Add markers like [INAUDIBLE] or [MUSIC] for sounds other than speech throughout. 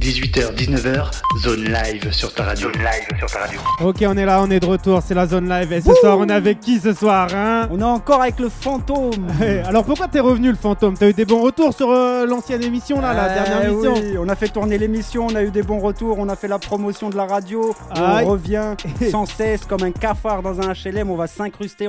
18h, 19h, zone live sur ta radio. live sur ta radio. Ok, on est là, on est de retour, c'est la zone live. Et ce soir, on est avec qui ce soir hein On est encore avec le fantôme. [LAUGHS] Eh, Alors pourquoi t'es revenu le fantôme T'as eu des bons retours sur euh, l'ancienne émission là, la Eh dernière émission oui, on a fait tourner l'émission, on a eu des bons retours, on a fait la promotion de la radio. Aïe. [LAUGHS] On revient sans cesse comme un cafard dans un HLM. On va s'incruster,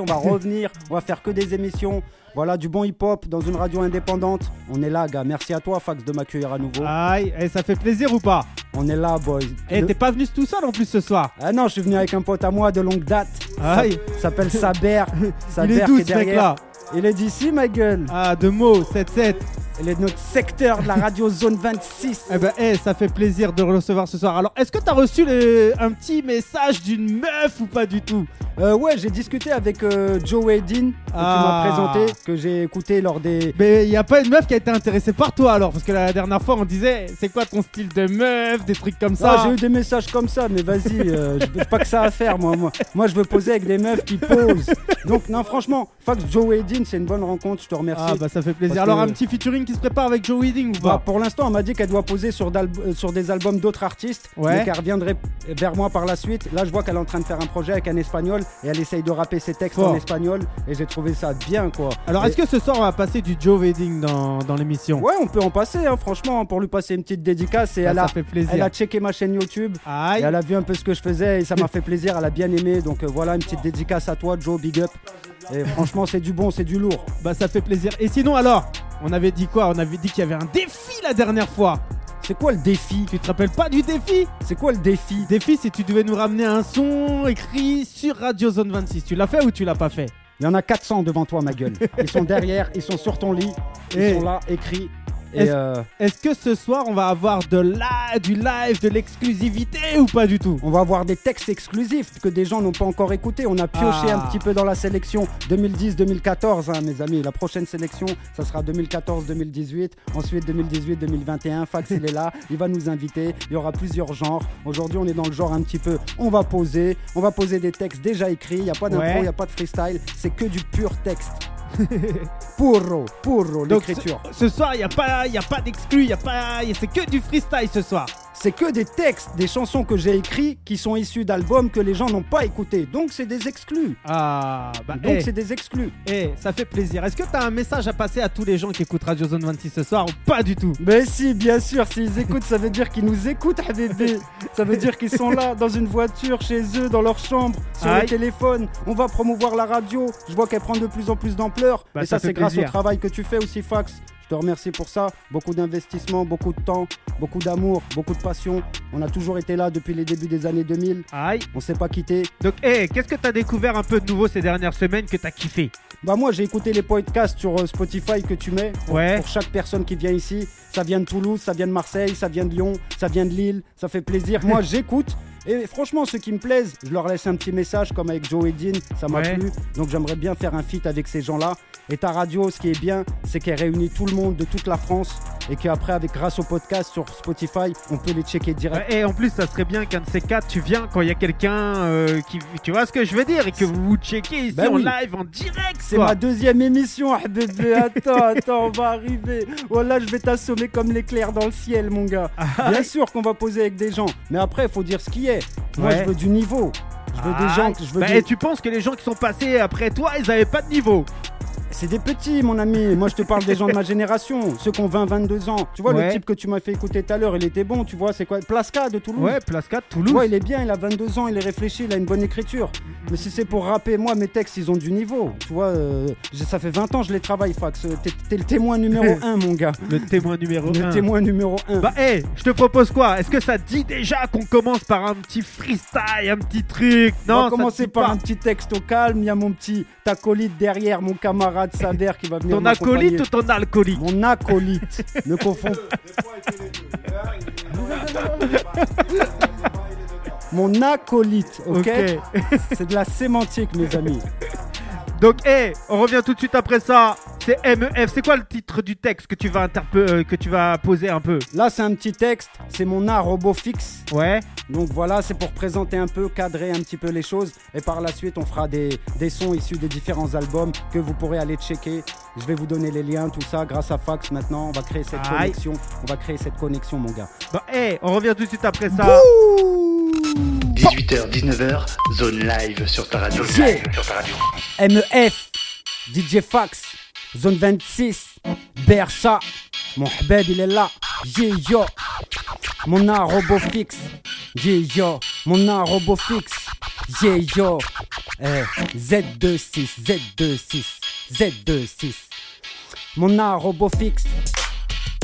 [LAUGHS] on va revenir, on va faire que des émissions. Voilà, du bon hip-hop dans une radio indépendante. On est là, gars. Merci à toi, Fax, de m'accueillir à nouveau. Aïe, eh, ça fait plaisir ou pas On est là, boys. Eh, Le- t'es pas venu tout seul en plus ce soir Ah non, je suis venu avec un pote à moi de longue date. Aïe. Ça- [LAUGHS] S'appelle Saber. Il Saber est qui doux est ce mec derrière. là Il est d'ici, ma gueule. Ah, de mots, 7-7. Il est de notre secteur de la radio Zone 26. Eh ben, eh, ça fait plaisir de le recevoir ce soir. Alors, est-ce que t'as reçu les- un petit message d'une meuf ou pas du tout Euh, ouais, j'ai discuté avec euh, Joe Wedin, Ah. qui m'a présenté, que j'ai écouté lors des. Mais y a pas une meuf qui a été intéressée par toi alors Parce que la dernière fois, on disait c'est quoi ton style de meuf Des trucs comme Ça, ça. Ah, j'ai eu des messages comme ça, mais vas-y, euh, je veux pas que ça à faire, moi, moi. Moi, je veux poser avec des meufs qui posent. Donc, non, franchement, Fax Joe Wedin, c'est une bonne rencontre, je te remercie. Ah bah ça fait plaisir. Parce Alors que- un petit featuring qui se prépare avec Joe Wedding ou Bah, pas pour l'instant, elle m'a dit qu'elle doit poser sur, d'al- euh, sur des albums d'autres artistes, Ouais. mais qu'elle reviendrait vers moi par la suite. Là, je vois qu'elle est en train de faire un projet avec un espagnol et elle essaye de rapper ses textes Fort. en espagnol. Et j'ai trouvé ça bien, quoi. Alors Et- est-ce que ce soir on va passer du Joe Wedding dans, dans l'émission Ouais, on peut en passer, hein, franchement, pour lui passer une petite dédicace. Et Bah, elle, Ça a, fait plaisir. elle a checké ma chaîne YouTube. Et Aïe. elle a vu un peu ce que je faisais et ça m'a fait plaisir, elle a bien aimé. Donc euh, voilà, une petite dédicace à toi, Joe, big up. Et franchement, c'est du bon, c'est du lourd. Bah ça fait plaisir. Et sinon alors on avait dit quoi On avait dit qu'il y avait un défi la dernière fois. C'est quoi le défi Tu te rappelles pas du défi C'est quoi le défi Défi, c'est tu devais nous ramener un son écrit sur Radio Zone 26. Tu l'as fait ou tu l'as pas fait Il y en a 400 devant toi, ma gueule. Ils sont derrière, ils sont sur ton lit, ils Eh. sont là, écrits. Et Est-ce- euh, Est-ce que ce soir on va avoir de la, du live, de l'exclusivité ou pas du tout on va avoir des textes exclusifs que des gens n'ont pas encore écoutés. On a pioché Ah. un petit peu dans la sélection 2010-2014, hein, mes amis. La prochaine sélection, ça sera 2014-2018. Ensuite, 2018-2021. Fax, il est là. Il va nous inviter. Il y aura plusieurs genres. Aujourd'hui, on est dans le genre un petit peu. On va poser. On va poser des textes déjà écrits. Il n'y a pas d'impro, il Ouais. n'y a pas de freestyle. C'est que du pur texte. [LAUGHS] Puro, puro, Donc, l'écriture. Ce soir, il n'y a pas, y a pas d'exclus, y a pas, y a- c'est que du freestyle ce soir. C'est que des textes, des chansons que j'ai écrites qui sont issues d'albums que les gens n'ont pas écoutés. Donc, c'est des exclus. Ah, bah Donc, eh, c'est des exclus. eh, ça fait plaisir. Est-ce que tu as un message à passer à tous les gens qui écoutent Radio Zone 26 ce soir ou pas du tout Mais si, bien sûr, s'ils écoutent, ça veut dire qu'ils nous écoutent, Habibi. Ça veut dire qu'ils sont là, dans une voiture, chez eux, dans leur chambre, sur Aïe. le téléphone. On va promouvoir la radio. Je vois qu'elle prend de plus en plus d'ampleur. Bah, Et ça ça, fait c'est grâce au plaisir. travail que tu fais aussi, Fax. Je te remercie pour ça. Beaucoup d'investissement, beaucoup de temps, beaucoup d'amour, beaucoup de passion. On a toujours été là depuis les débuts des années 2000. Aïe. On s'est pas quitté. Donc, eh, qu'est-ce que tu as découvert un peu de nouveau ces dernières semaines que tu as kiffé Bah moi j'ai écouté les podcasts sur euh, Spotify que tu mets pour, Ouais. pour chaque personne qui vient ici. Ça vient de Toulouse, ça vient de Marseille, ça vient de Lyon, ça vient de Lille, ça [LAUGHS] fait plaisir. Moi j'écoute. Et franchement, ceux qui me plaisent, je leur laisse un petit message comme avec Joe Edin, ça m'a Ouais. plu. Donc j'aimerais bien faire un feat avec ces gens-là. Et ta radio, ce qui est bien, c'est qu'elle réunit tout le monde de toute la France et qu'après, avec grâce au podcast sur Spotify, on peut les checker direct. Ouais, Et Eh, en plus, ça serait bien qu'un de ces quatre, tu viens quand il y a quelqu'un euh, qui. Tu vois ce que je veux dire Et que vous vous checkiez ici Bah en oui. live, en direct C'est quoi. ma deuxième émission, ah, [LAUGHS] bébé. Attends, attends, on va arriver. Voilà, je vais t'assommer comme l'éclair dans le ciel, mon gars. Ah, Bien sûr qu'on va poser avec des gens, mais après, faut dire ce qui est. Moi, Ouais. je veux du niveau. Je veux des gens. Je veux Bah, des- et tu penses que les gens qui sont passés après toi, ils avaient pas de niveau C'est des petits, mon ami. Moi, je te parle des gens de ma génération, ceux qui ont 20, 22 ans. Tu vois, Ouais. le type que tu m'as fait écouter tout à l'heure, il était bon. Tu vois, c'est quoi Plaska de Toulouse. Ouais, place 4, Tu Toulouse. vois, il est bien, il a 22 ans, il est réfléchi, il a une bonne écriture. Mais si c'est pour rapper, moi, mes textes, ils ont du niveau. Tu vois, euh, j'ai- ça fait 20 ans, je les travaille, Fax. Euh, T'es t'es le témoin [LAUGHS] numéro 1, mon gars. [LAUGHS] Le témoin numéro Le un. témoin numéro 1. Bah, hé, je te propose quoi Est-ce que ça te dit déjà qu'on commence par un petit freestyle, un petit truc Non, on ça va te commencer dit par pas. un petit texte au calme. Il y a mon petit acolyte derrière, mon camarade Saber qui va venir. Ton m'accompagner. acolyte ou ton alcoolique [LAUGHS] Mon acolyte. ne confonds. Mon acolyte, ok Ok. C'est de la sémantique, mes amis. [LAUGHS] Donc, hé, on revient tout de suite après ça. C'est MEF. C'est quoi le titre du texte que tu vas, interpe- euh, que tu vas poser un peu Là, c'est un petit texte, c'est mon art robot fixe. Ouais. Donc voilà, c'est pour présenter un peu, cadrer un petit peu les choses. Et par la suite, on fera des, des sons issus des différents albums que vous pourrez aller checker. Je vais vous donner les liens, tout ça, grâce à Fax maintenant. On va créer cette Aïe. connexion. On va créer cette connexion, mon gars. Bon, hé, Bah, on revient tout de suite après ça. [LAUGHS] 18h, 19h, zone live sur ta radio. Yeah. Live sur ta radio. MEF, DJ Fax, Zone 26, Bercha, mon Hbeb il est là, yeah yo, mon art robot fixe, yeah yo, mon art robot fixe, yeah yo, Eh, Z26, Z26, Z26, mon art robot fixe.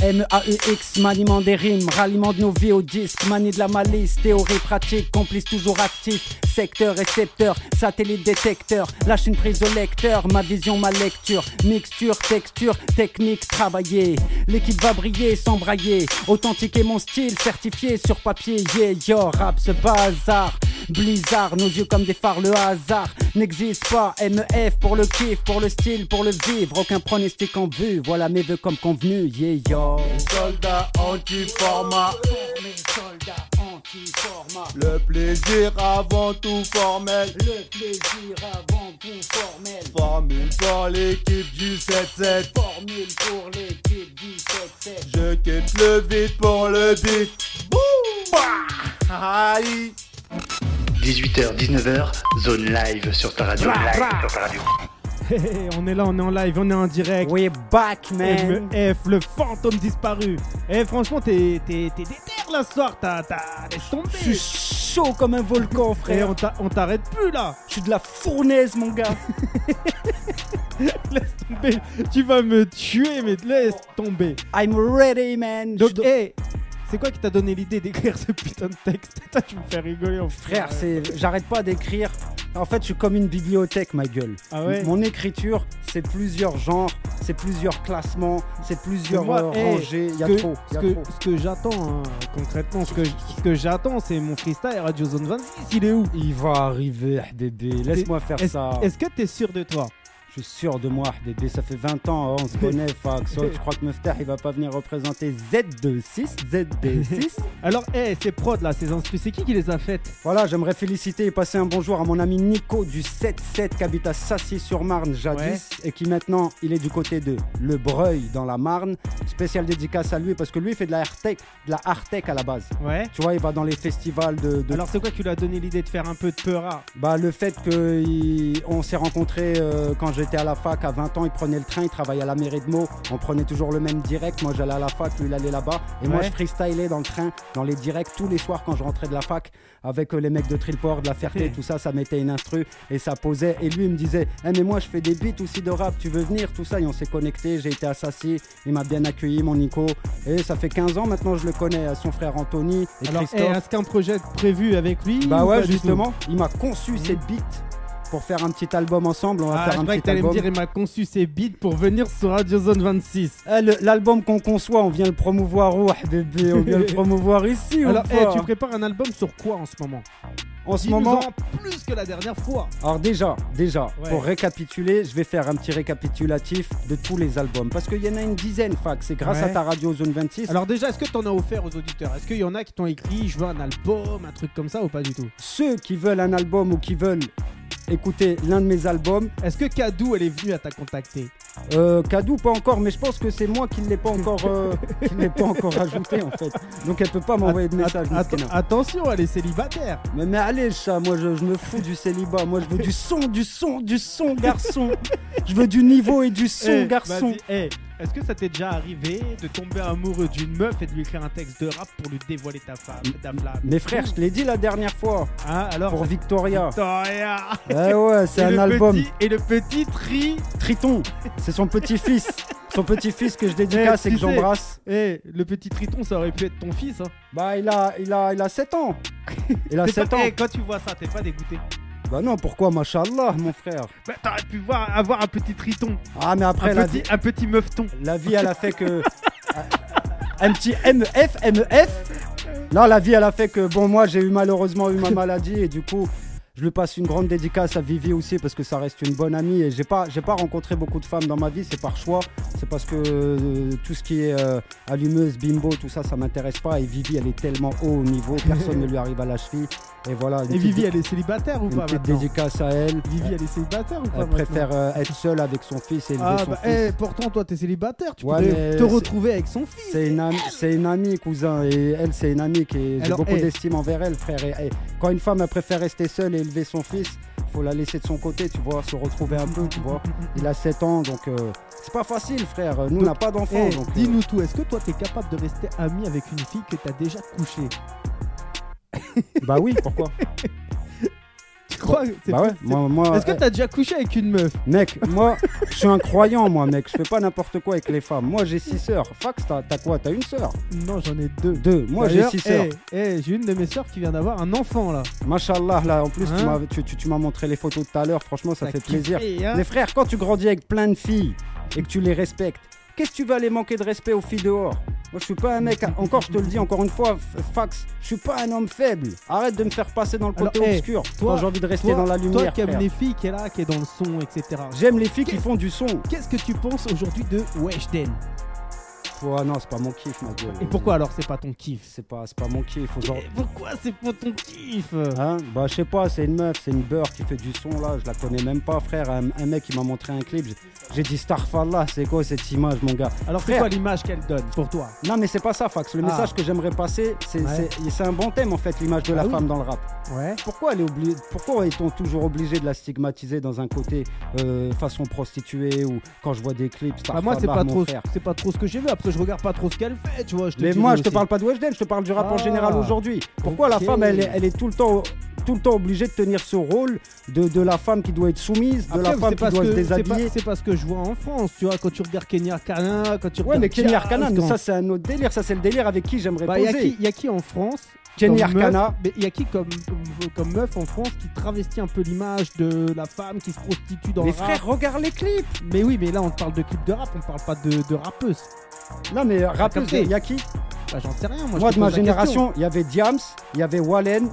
M-A-U-X, E maniement des rimes, ralliement de nos vies au disque, manie de la malice, théorie pratique, complice toujours actif, secteur, récepteur, satellite détecteur, lâche une prise au lecteur, ma vision, ma lecture, mixture, texture, technique travaillée, l'équipe va briller sans brailler, authentiquer mon style, certifié sur papier, yeah, yo, rap ce bazar, blizzard, nos yeux comme des phares, le hasard n'existe pas, MEF pour le kiff, pour le style, pour le vivre, aucun pronostic en vue, voilà mes vœux comme convenu, yeah, yo. Soldats anti-format, soldats anti-format. le plaisir avant tout formel. Le plaisir avant tout formel. Formule pour l'équipe du 7-7. Formule pour l'équipe du 7-7. Je quitte le vide pour le beat. Boum! Bah Aïe! 18h, 19h, zone live sur ta radio. Bra, Live bra. sur ta radio. Hé, hé, on est là, on est en live, on est en direct. We back, man. MEF, le fantôme disparu. Eh, franchement, t'es t'es- t'es déter là ce soir. T'as. t'as- Laisse tomber. Je suis chaud comme un volcan, Eh, frère. on t'a- on t'arrête plus là. Je suis de la fournaise, mon gars. Laisse tomber. Tu vas me tuer, mais laisse tomber. I'm ready, man. Je Donc, dois- hey, c'est quoi qui t'a donné l'idée d'écrire ce putain de texte [LAUGHS] Toi, tu me fais rigoler, en Frère, c'est... j'arrête pas d'écrire. En fait, je suis comme une bibliothèque, ma gueule. Ah ouais Mon écriture, c'est plusieurs genres, c'est plusieurs classements, c'est plusieurs moi, euh, hey, rangées. Il y Ce a eh, que, trop. ce y a que, trop. ce que j'attends, hein, concrètement, ce que, ce que j'attends, c'est mon freestyle Radio Zone 26. Il est où Il va arriver, bébé. Laisse-moi faire Est-ce ça. est-ce que t'es sûr de toi Je suis sûr de moi, bébé. Ça fait 20 ans, hein, on se connaît, [LAUGHS] Fax. Oh, Je crois que Meftah, il va pas venir représenter Z26, ZD6. Alors, hey, ces prods là, ces instrus, c'est qui qui les a faites voilà, j'aimerais féliciter et passer un bonjour à mon ami Nico du 77 qui habite à Sassy-sur-Marne jadis et qui maintenant, il est du côté de Le Breuil dans la Marne. Spéciale dédicace à lui parce que lui, il fait de la hard-tech, de la hard-tech à la base. Ouais. Tu vois, il va dans les festivals de, de Alors, c'est quoi qui lui a donné l'idée de faire un peu de peura Bah, le fait qu'on s'est rencontrés euh, quand j'étais à la fac à 20 ans, il prenait le train, il travaillait à la mairie de Meaux, on prenait toujours le même direct, moi j'allais à la fac, lui il allait là-bas, et moi Ouais. je freestylais dans le train, dans les directs tous les soirs quand je rentrais de la fac, avec euh, les mecs de Trillport, de la Ferté, tout ça, ça mettait une instru, et ça posait, et lui il me disait, Eh, mais moi je fais des beats aussi de rap, tu veux venir, tout ça, et on s'est connecté, j'ai été assassiné, il m'a bien accueilli, mon Nico, et ça fait 15 ans maintenant je le connais, euh, son frère Anthony, et Alors, hey, Christophe. est-ce qu'un projet est prévu avec lui Bah ou pas ouais, du tout justement, il m'a conçu ses beats pour faire un petit album ensemble. On va Ah, je faire un croyais que petit t'allais me album. dire, il m'a conçu ses beats pour venir sur Radio Zone 26. Eh, le- L'album qu'on conçoit, on vient le promouvoir où, ah, bébé [LAUGHS] On vient le promouvoir ici ou Alors, pas hey, tu prépares un album sur quoi en ce moment En ce Dis-nous-en moment, plus que la dernière fois. alors déjà, déjà, Ouais. pour récapituler, je vais faire un petit récapitulatif de tous les albums. Parce qu'il y en a une dizaine, Fax. C'est grâce Ouais. à ta radio Zone 26. Alors déjà, est-ce que t'en as offert aux auditeurs Est-ce qu'il y en a qui t'ont écrit, je veux un album, un truc comme ça ou pas du tout Ceux qui veulent un album ou qui veulent écouter l'un de mes albums, Est-ce que Kadou, elle est venue à t'a contacté Euh, Kadou, pas encore, mais je pense que c'est moi qui ne l'ai pas encore, euh, qui ne l'ai pas encore ajouté en fait. Donc elle peut pas m'envoyer de Att- message. att- Miskina. Attention, elle est célibataire. Mais, mais allez, chat, moi je, je me fous du célibat. Moi je veux du son, du son, du son, garçon. Je veux du niveau et du son, Eh, garçon. vas-y, eh, Est-ce que ça t'est déjà arrivé de tomber amoureux d'une meuf et de lui écrire un texte de rap pour lui dévoiler ta femme, ta flamme Mes frères, je te l'ai dit la dernière fois Hein, alors [LAUGHS] pour Victoria. Victoria. Ouais, ouais, c'est Et un le album. petit- et le petit tri. Triton, c'est son petit-fils. Son petit-fils que je dédicace Eh, et que tu sais. j'embrasse. Eh, le petit triton, ça aurait pu être ton fils. Hein. Bah, il a, il, a, il a 7 ans. Il a T'es pas- 7 ans. eh, quand tu vois ça, t'es pas dégoûté. Bah, non, pourquoi, machallah, mon frère Bah, T'aurais pu voir, avoir un petit triton. Ah, mais après, un, la, petit, un petit meufton. La vie, elle a fait que. Un petit E MEF, MEF. Non, la vie, elle a fait que, bon, moi, j'ai eu malheureusement eu ma maladie et du coup, Je lui passe une grande dédicace à Vivi aussi parce que ça reste une bonne amie et j'ai pas, j'ai pas rencontré beaucoup de femmes dans ma vie, c'est par choix. C'est parce que euh, tout ce qui est euh, allumeuse, bimbo, tout ça, ça m'intéresse pas. Et Vivi, elle est tellement haut au niveau, personne ne lui arrive à la cheville. Et voilà. une Et petite Vivi, dé- elle est célibataire ou une pas petite maintenant dédicace à elle. Vivi, elle est célibataire ou pas Elle maintenant préfère euh, être seule avec son fils et élever Ah son bah, fils. eh, pourtant toi t'es célibataire, tu Ouais, pourrais mais te c'est- retrouver avec son fils. C'est une, amie, c'est une amie, cousin, et elle, c'est une amie, et j'ai Alors, beaucoup eh. d'estime envers elle, frère. Et, et quand une femme, elle préfère rester seule et élever son fils, faut la laisser de son côté, tu vois, se retrouver un peu, tu vois. Il a 7 ans, donc euh, c'est pas facile, frère. Nous, on n'a pas Eh, d'enfant, donc. euh, Dis-nous tout, est-ce que toi t'es capable de rester ami avec une fille que t'as déjà couchée Bah oui, pourquoi Tu crois que [LAUGHS] c'est- Bah ouais, c'est- moi, moi, Est-ce que eh, t'as déjà couché avec une meuf mec, moi, je suis un croyant, moi, mec. Je fais pas n'importe quoi avec les femmes. Moi, j'ai 6 sœurs. Fax, t'as t'as quoi T'as une sœur Non, j'en ai deux. Deux. Moi, j'ai D'ailleurs, 6 sœurs. eh, eh, j'ai une de mes sœurs qui vient d'avoir un enfant là. Machallah, là, en plus, tu Hein m'as- tu- tu- tu m'as montré les photos tout à l'heure. Franchement, ça T'as fait kiffé, plaisir. hein Les frères, quand tu grandis avec plein de filles et que tu les respectes, qu'est-ce que tu vas aller manquer de respect aux filles dehors Moi, je suis pas un mec. hein. Encore, je te le dis encore une fois, f- fax, je suis pas un homme faible. Arrête de me faire passer dans le côté Alors, eh, obscur. toi- quand j'ai envie de rester Toi- dans la Toi lumière. qui aimes frère. les filles, qui est là, qui est dans le son, etc. J'aime les filles qui font du son. Qu'est-ce que tu penses aujourd'hui de Weshden Oh, non, c'est pas mon kiff, ma gueule. Et pourquoi alors c'est pas ton kiff C'est pas, c'est pas mon kiff. Faut genre- Et Pourquoi c'est pas ton kiff Hein bah je sais pas, c'est une meuf, c'est une beurre qui fait du son là, je la connais même pas frère, un, un mec il m'a montré un clip, j'ai- j'ai dit Starfallah, c'est quoi cette image mon gars Alors c'est Frère. quoi l'image qu'elle donne pour toi Non mais c'est pas ça Fax, le Ah. message que j'aimerais passer, c'est Ouais. c'est- c'est un bon thème en fait l'image de Ah la oui. femme dans le rap. Ouais. Pourquoi elle est obligée Pourquoi est-on toujours obligé de la stigmatiser dans un côté euh, façon prostituée ou quand je vois des clips Bah moi c'est pas Starfallah, mon trop frère. c'est pas trop ce que j'ai vu après je regarde pas trop ce qu'elle fait tu vois je te Mais dis, moi je te aussi. parle pas de Weshden, je te parle du rap en Ah. général aujourd'hui. Pourquoi Ok. la femme elle, est- elle est tout le temps tout le temps obligée de tenir ce rôle de, de la femme qui doit être soumise, de Après, la femme c'est qui parce doit que- se c'est pas- déshabiller. c'est parce que je vois en France tu vois quand tu regardes Kenya Arcana quand tu Ouais regardes mais Kenny Jazz, Arcana, mais quand- ça c'est un autre délire, ça c'est le délire avec qui j'aimerais bah y a qui poser. y a qui en France Kenny comme meuf- Arcana. mais y a qui comme, comme comme meuf en France qui travestit un peu l'image de la femme qui se prostitue dans Mais le rap frère, regarde les clips Mais oui mais là on te parle de clip de rap on parle pas de, de rappeuse Non mais rappeuse, capté. il y a qui bah j'en sais rien moi je Moi, te de ma pose la question. génération, il y avait Diams, il y avait Wallen,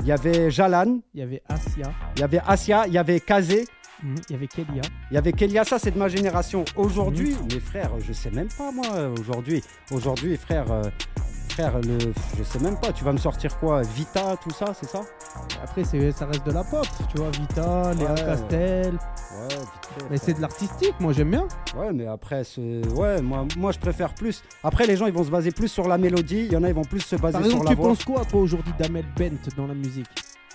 il y avait Jalan, il y avait Asia il y avait Asia, il y avait Kazé, mhm, il y avait Kelia il y avait Kelia. Ça, c'est de ma génération. Aujourd'hui, Mmh. mes frères, je sais même pas moi. euh, Aujourd'hui, aujourd'hui, frère. euh, Frère, le... je sais même pas, tu vas me sortir quoi Vita, tout ça, c'est ça après c'est ça reste de la pop tu vois Vita Léa Ouais. Castel Ouais, vite fait, Mais frère. c'est de l'artistique, moi j'aime bien. Ouais, mais après, c'est- ouais, moi, moi je préfère plus. Après, les gens, ils vont se baser plus sur la mélodie, il y en a, ils vont plus se baser Par sur exemple, la tu voix. penses quoi toi aujourd'hui d'Amel Bent dans la musique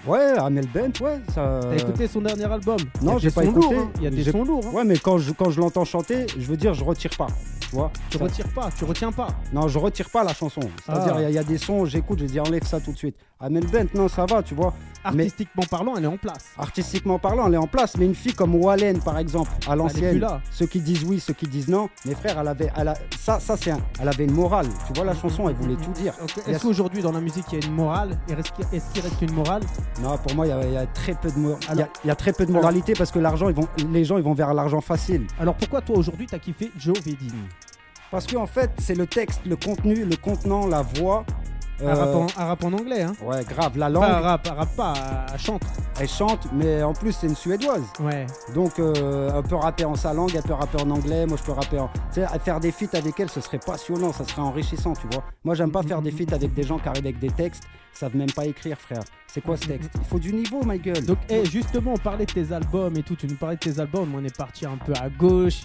Ouais, Amel Bent, ouais, ça. T'as écouté son dernier album Euh. non, Il y a j'ai des pas sons écouté. lourds, hein. Il y a des J'ai- sons lourds. hein. Ouais, mais quand je, quand je l'entends chanter, je veux dire, je retire pas. Tu vois Tu retires pas, tu retiens pas. Non, je retire pas la chanson. C'est-à-dire, Ah. il y a- il y, a des sons, j'écoute, je dis enlève ça tout de suite. Amel Bent, non, ça va, tu vois. Artistiquement parlant, elle est en place. Artistiquement parlant, elle est en place, mais une fille comme Wallen, par exemple, à plus l'ancienne, là. ceux qui disent oui, ceux qui disent non, mes frères, elle avait, elle a- ça, ça c'est un- elle avait une morale. Tu vois, la chanson, elle voulait tout dire. Ok, Il y a- Est-ce qu'aujourd'hui dans la musique il y a une morale Et Est-ce qu'il est-ce qu'il reste une morale Non, pour moi, il y a- il y, a très peu de mor- il y a- Alors- il y a très peu de moralité parce que l'argent, ils vont, les gens, ils vont vers l'argent facile. Alors pourquoi toi aujourd'hui t'as kiffé Joe Védine Hmm. Parce que en fait, c'est le texte, le contenu, le contenant, la voix. un, euh, rap en, un rap en anglais, hein Ouais, grave, la langue, Pas un rap, un rap pas, euh, elle chante. elle chante, mais en plus, c'est une Suédoise. Ouais. Donc, euh, elle peut rapper en sa langue, elle peut rapper en anglais, moi, je peux rapper en. Tu sais, faire des feats avec elle, ce serait passionnant, ça serait enrichissant, tu vois. Moi, j'aime pas faire des feats avec des gens qui arrivent avec des textes, ils savent même pas écrire, frère. C'est quoi ce texte Il faut du niveau, ma gueule. Donc eh, justement, on parlait de tes albums et tout, tu nous parlais de tes albums, on est parti un peu à gauche.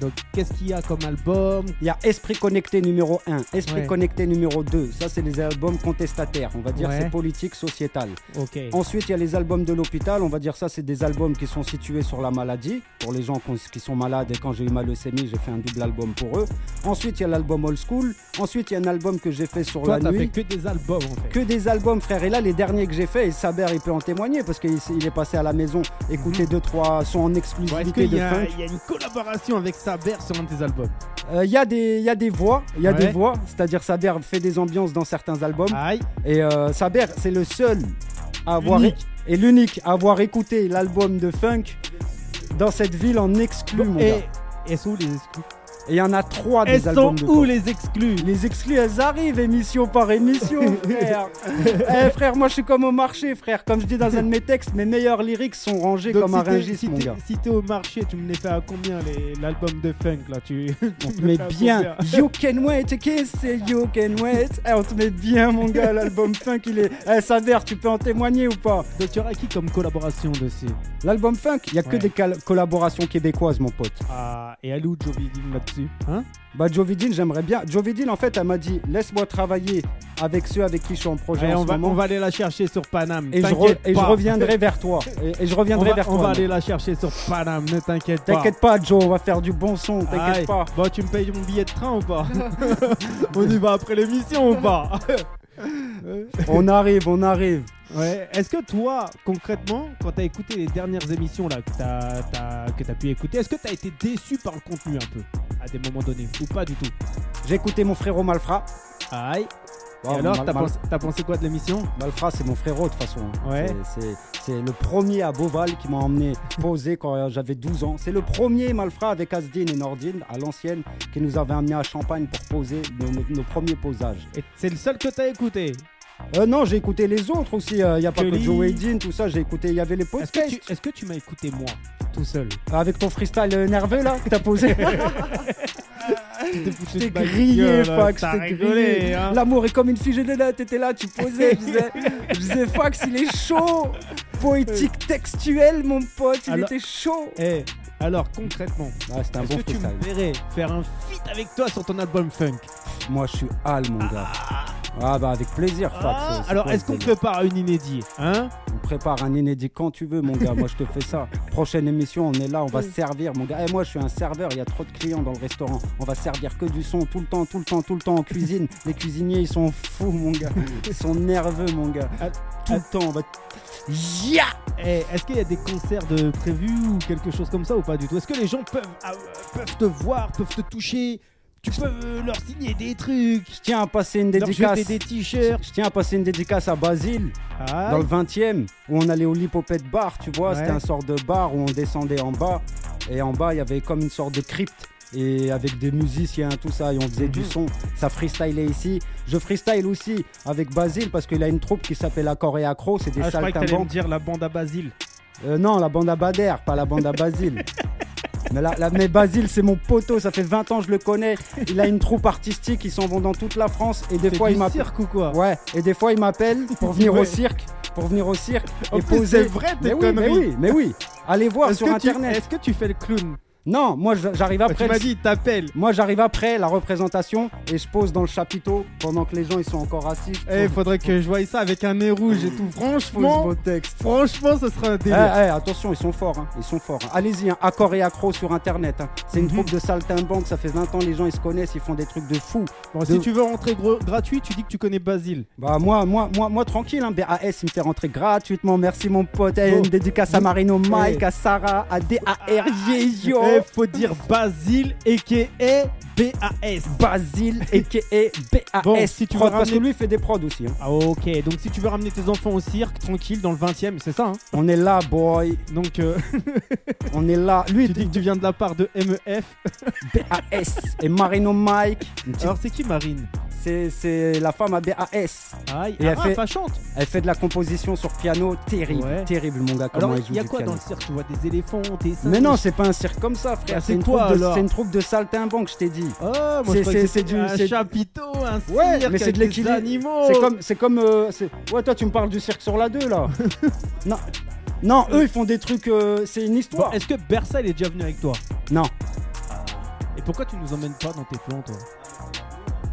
Donc qu'est-ce qu'il y a comme album Il y a Esprit Connecté numéro 1, Esprit Ouais. Connecté numéro 2. Ça, c'est les albums contestataires. On va dire Ouais. c'est politique, sociétal. Ok. Ensuite, il y a les albums de l'hôpital. On va dire ça, c'est des albums qui sont situés sur la maladie. Pour les gens qu'on- qui sont malades, et quand j'ai eu ma leucémie, j'ai fait un double album pour eux. Ensuite, il y a l'album Old School. Ensuite, il y a un album que j'ai fait sur Toi, la t'as fait nuit. que des albums en fait. Que des albums, frère. Et là, les derniers que j'ai fait, et Saber, il peut en témoigner parce qu'il s- il est passé à la maison écouter deux, trois sons en Bon, Mhm. Est-ce exclusivité qu'il de y, a funk. il y a une collaboration avec Saber sur un de tes albums Euh, Il y, a des- il y a des voix, il y a Ouais. des voix. C'est-à-dire, Saber fait des ambiances dans certains albums. Aïe. Et euh, Saber, c'est le seul à avoir Unique. et l'unique à avoir écouté l'album de Funk dans cette ville en exclu, mon Eh, et gars. et sont où les exclus Et il y en a trois Elles Ah, des albums sont de où Pop. les exclus Les exclus, elles arrivent émission par [LAUGHS] émission, frère. Eh frère, moi je suis comme au marché, frère. Comme je dis dans un de mes textes, mes meilleurs lyrics sont rangés Donc, comme si un t'es- ringis, si mon t'es- gars. Si t'es au marché, tu me les fais à combien les- l'album de funk là tu, tu [LAUGHS] On me te le met fais à bien. combien You can wait a kiss, and you can wait. Eh, on te met bien, mon gars. L'album funk, il est. Eh, Sader, tu peux en témoigner ou pas Donc tu auras qui comme collaboration dessus L'album funk, il y a que Ouais. des cal- collaborations québécoises, mon pote. Ah, et elle est où Jovi Dean là-dessus Hein Bah, Jovidine, j'aimerais bien. Jovidine, en fait, elle m'a dit laisse-moi travailler avec ceux avec qui je suis en projet Allez, en Eh, on, ce va, moment. on va aller la chercher sur Paname. Et je, re- t'inquiète et je pas. reviendrai vers toi. Et, et je On reviendrai va, vers on va toi. aller la chercher sur Paname, ne t'inquiète pas. T'inquiète pas, Joe, on va faire du bon son, Aïe. t'inquiète pas. Bon, tu me payes mon billet de train ou [LAUGHS] pas [LAUGHS] On y va après l'émission ou pas On arrive, on arrive. Ouais. Est-ce que toi, concrètement, quand t'as écouté les dernières émissions là que t'as t'as- que t'as pu écouter, est-ce que t'as été déçu par le contenu un peu à des moments donnés ou pas du tout J'ai écouté mon frérot Malfra. Aïe. Et Oh, alors, Mal- t'as Mal- pensé, t'as pensé quoi de l'émission Malfra, c'est mon frérot de toute façon. hein. Ouais. C'est- c'est- C'est le premier à Beauval qui m'a emmené poser quand euh, j'avais 12 ans. C'est le premier Malfra avec Asdine et Nordine à l'ancienne qui nous avait amené à Champagne pour poser nos, nos- nos premiers posages. Et C'est le seul que t'as écouté. Euh, non, j'ai écouté les autres aussi. Il n'y a pas que Jolie. Joe Edin, tout ça. J'ai écouté, il y avait les Est-ce que podcasts. tu, est-ce que tu m'as écouté moi tout [LAUGHS] seul Avec ton freestyle euh, nerveux là que [LAUGHS] t'as posé. Je T'es grillé, Fax, t'es grillé. Hein. L'amour est comme une fille gelée là, t'étais là, tu posais. Je disais, je disais, Fax, il est chaud. Poétique, textuel, mon pote, il Alors- était chaud. Eh, alors concrètement, Ah, c'était un est-ce bon que tu freestyle. me verrais faire un feat avec toi sur ton album Funk Moi, je suis Al, mon gars. Ah, bah, avec plaisir, Fax. Ah, c'est Alors, quoi est-ce ce qu'on délire prépare une inédit Hein On prépare un inédit quand tu veux, mon gars. Moi, je te fais ça. Prochaine émission, on est là, on va servir, mon gars. Et moi, je suis un serveur, il y a trop de clients dans le restaurant. On va servir que du son tout le temps, tout le temps, tout le temps en cuisine. Les cuisiniers, ils sont fous, mon gars. Ils sont nerveux, mon gars. Ah, Tout ah. le temps, on va. Ya Eh, Est-ce qu'il y a des concerts de prévus ou quelque chose comme ça ou pas du tout Est-ce que les gens peuvent, ah, euh, peuvent te voir, peuvent te toucher Tu peux euh, leur signer des trucs Je tiens à passer une leur dédicace. jeter des t-shirts Je tiens à passer une dédicace à Basile, Ah, dans le 20 e où on allait au Lipopette Bar, tu vois. Ouais. C'était un sort de bar où on descendait en bas. Et en bas, il y avait comme une sorte de crypte. Et avec des musiciens, tout ça, et on faisait Mhm. du son. Ça freestylait ici. Je freestyle aussi avec Basile parce qu'il a une troupe qui s'appelle Accord et Accro. C'est des Ah, je croyais que t'allais me saltimbanques. dire la bande à Basile. Euh, non, la bande à Bader, pas la bande à Basile. [LAUGHS] Mais, la, la- mais Basile, c'est mon poteau, ça fait 20 ans que je le connais. Il a une troupe artistique, ils s'en vont dans toute la France. Et des Fais fois, du il m'appelle. cirque ou quoi Ouais, et des fois il m'appelle pour [LAUGHS] venir Ouais. au cirque, pour venir au cirque En et plus, poser. c'est vrai, tes mais oui, mais conneries. oui, mais oui. Allez voir Est-ce sur que tu- internet. Est-ce que tu fais le clown Non, moi je- j'arrive Tu après. m'as le- dit, t'appelles. Moi j'arrive après la représentation et je pose dans le chapiteau pendant que les gens ils sont encore assis. Je Eh, pose- faudrait que je voie ça avec un nez rouge et tout. pose Franchement, mon texte. franchement, ce serait un Eh, délire. eh, attention, ils sont forts, hein, ils sont forts. hein. Allez-y, hein, accord et accro sur internet. hein. C'est une Mhm. troupe de saltimbanques, ça fait 20 ans, les gens ils se connaissent, ils font des trucs de fous. Bon, de- si tu veux rentrer gro- gratuit, tu dis que tu connais Basile. Bah moi, moi, moi, moi tranquille, hein. BAS il me fait rentrer gratuitement, merci mon pote, Eh, Bon. une dédicace à Marino Mike, Oh. Eh. à Sarah, à DAR, yo Eh, faut dire Basile, a.k.a. B.A.S. Basile, a.k.a. BAS, Bon, si tu veux Prod, parce ramener- que lui il fait des prods aussi, hein. Ah, ok, donc si tu veux ramener tes enfants au cirque, tranquille, dans le 20ème, c'est ça, hein on est là boy, Donc, euh, on est là, [LAUGHS] lui tu dis que tu viens de la part de E [LAUGHS] MEF. BAS et Marino Mike, Une petite- Alors, c'est qui Marine c'est c'est la femme à BAS, Aïe, Et elle ah, fait- fâchante. elle fait de la composition sur piano, terrible, Ouais. terrible mon gars, comment Alors, elle joue il y a du quoi piano. dans le cirque Tu vois des éléphants, des singes Mais non, c'est pas un cirque comme ça Ah, frère, c'est c'est une, quoi, troupe de- alors c'est une troupe de saltimbanques je t'ai dit. Oh, moi je C'est- croyais que c'est- c'est c'était du- un c'est- chapiteau, un cirque, Ouais, mais c'est avec de des l'équilibre. animaux. C'est comme, c'est comme, euh, c'est- ouais, toi tu me parles du cirque sur la 2 là. [LAUGHS] non, non, eux ils font des trucs, euh, c'est une Bon, histoire. Est-ce que Bersa il est déjà venu avec toi non, Et pourquoi tu nous emmènes pas dans tes plans, toi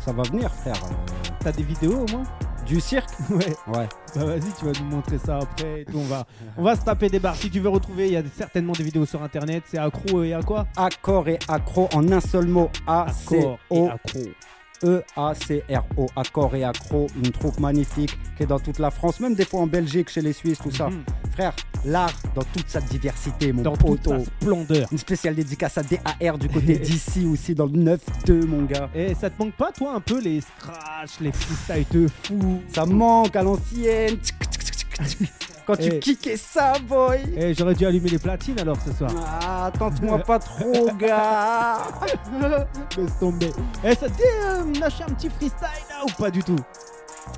ça va venir frère. euh, T'as des vidéos au moins du cirque, [LAUGHS] Ouais. ouais. Bah vas-y, tu vas nous montrer ça après et tout. On va, on va se taper des barres. Si tu veux retrouver, il y a certainement des vidéos sur internet. C'est accro et à quoi Accord et accro en un seul mot. A C Accord et O accro. E A C R O. Accord et accro, une troupe magnifique qui est dans toute la France, même des fois en Belgique, chez les Suisses, tout ça. Mhm. Frère, l'art dans toute sa diversité, mon Dans toute poteau. sa splendeur. Une spéciale dédicace à DAR du [LAUGHS] côté d'ici aussi dans le 9-2 mon gars. Et ça te manque pas, toi, un peu les scratchs, les freestyles de fou Ça manque à l'ancienne. Tchic, tchic, tchic, tchic, Quand tu Eh. kickais ça, boy Eh, j'aurais dû allumer les platines alors ce soir. Ah, tente-moi pas trop, gars Laisse tomber. Eh, ça te dit, euh, lâcher un petit freestyle là ou pas du tout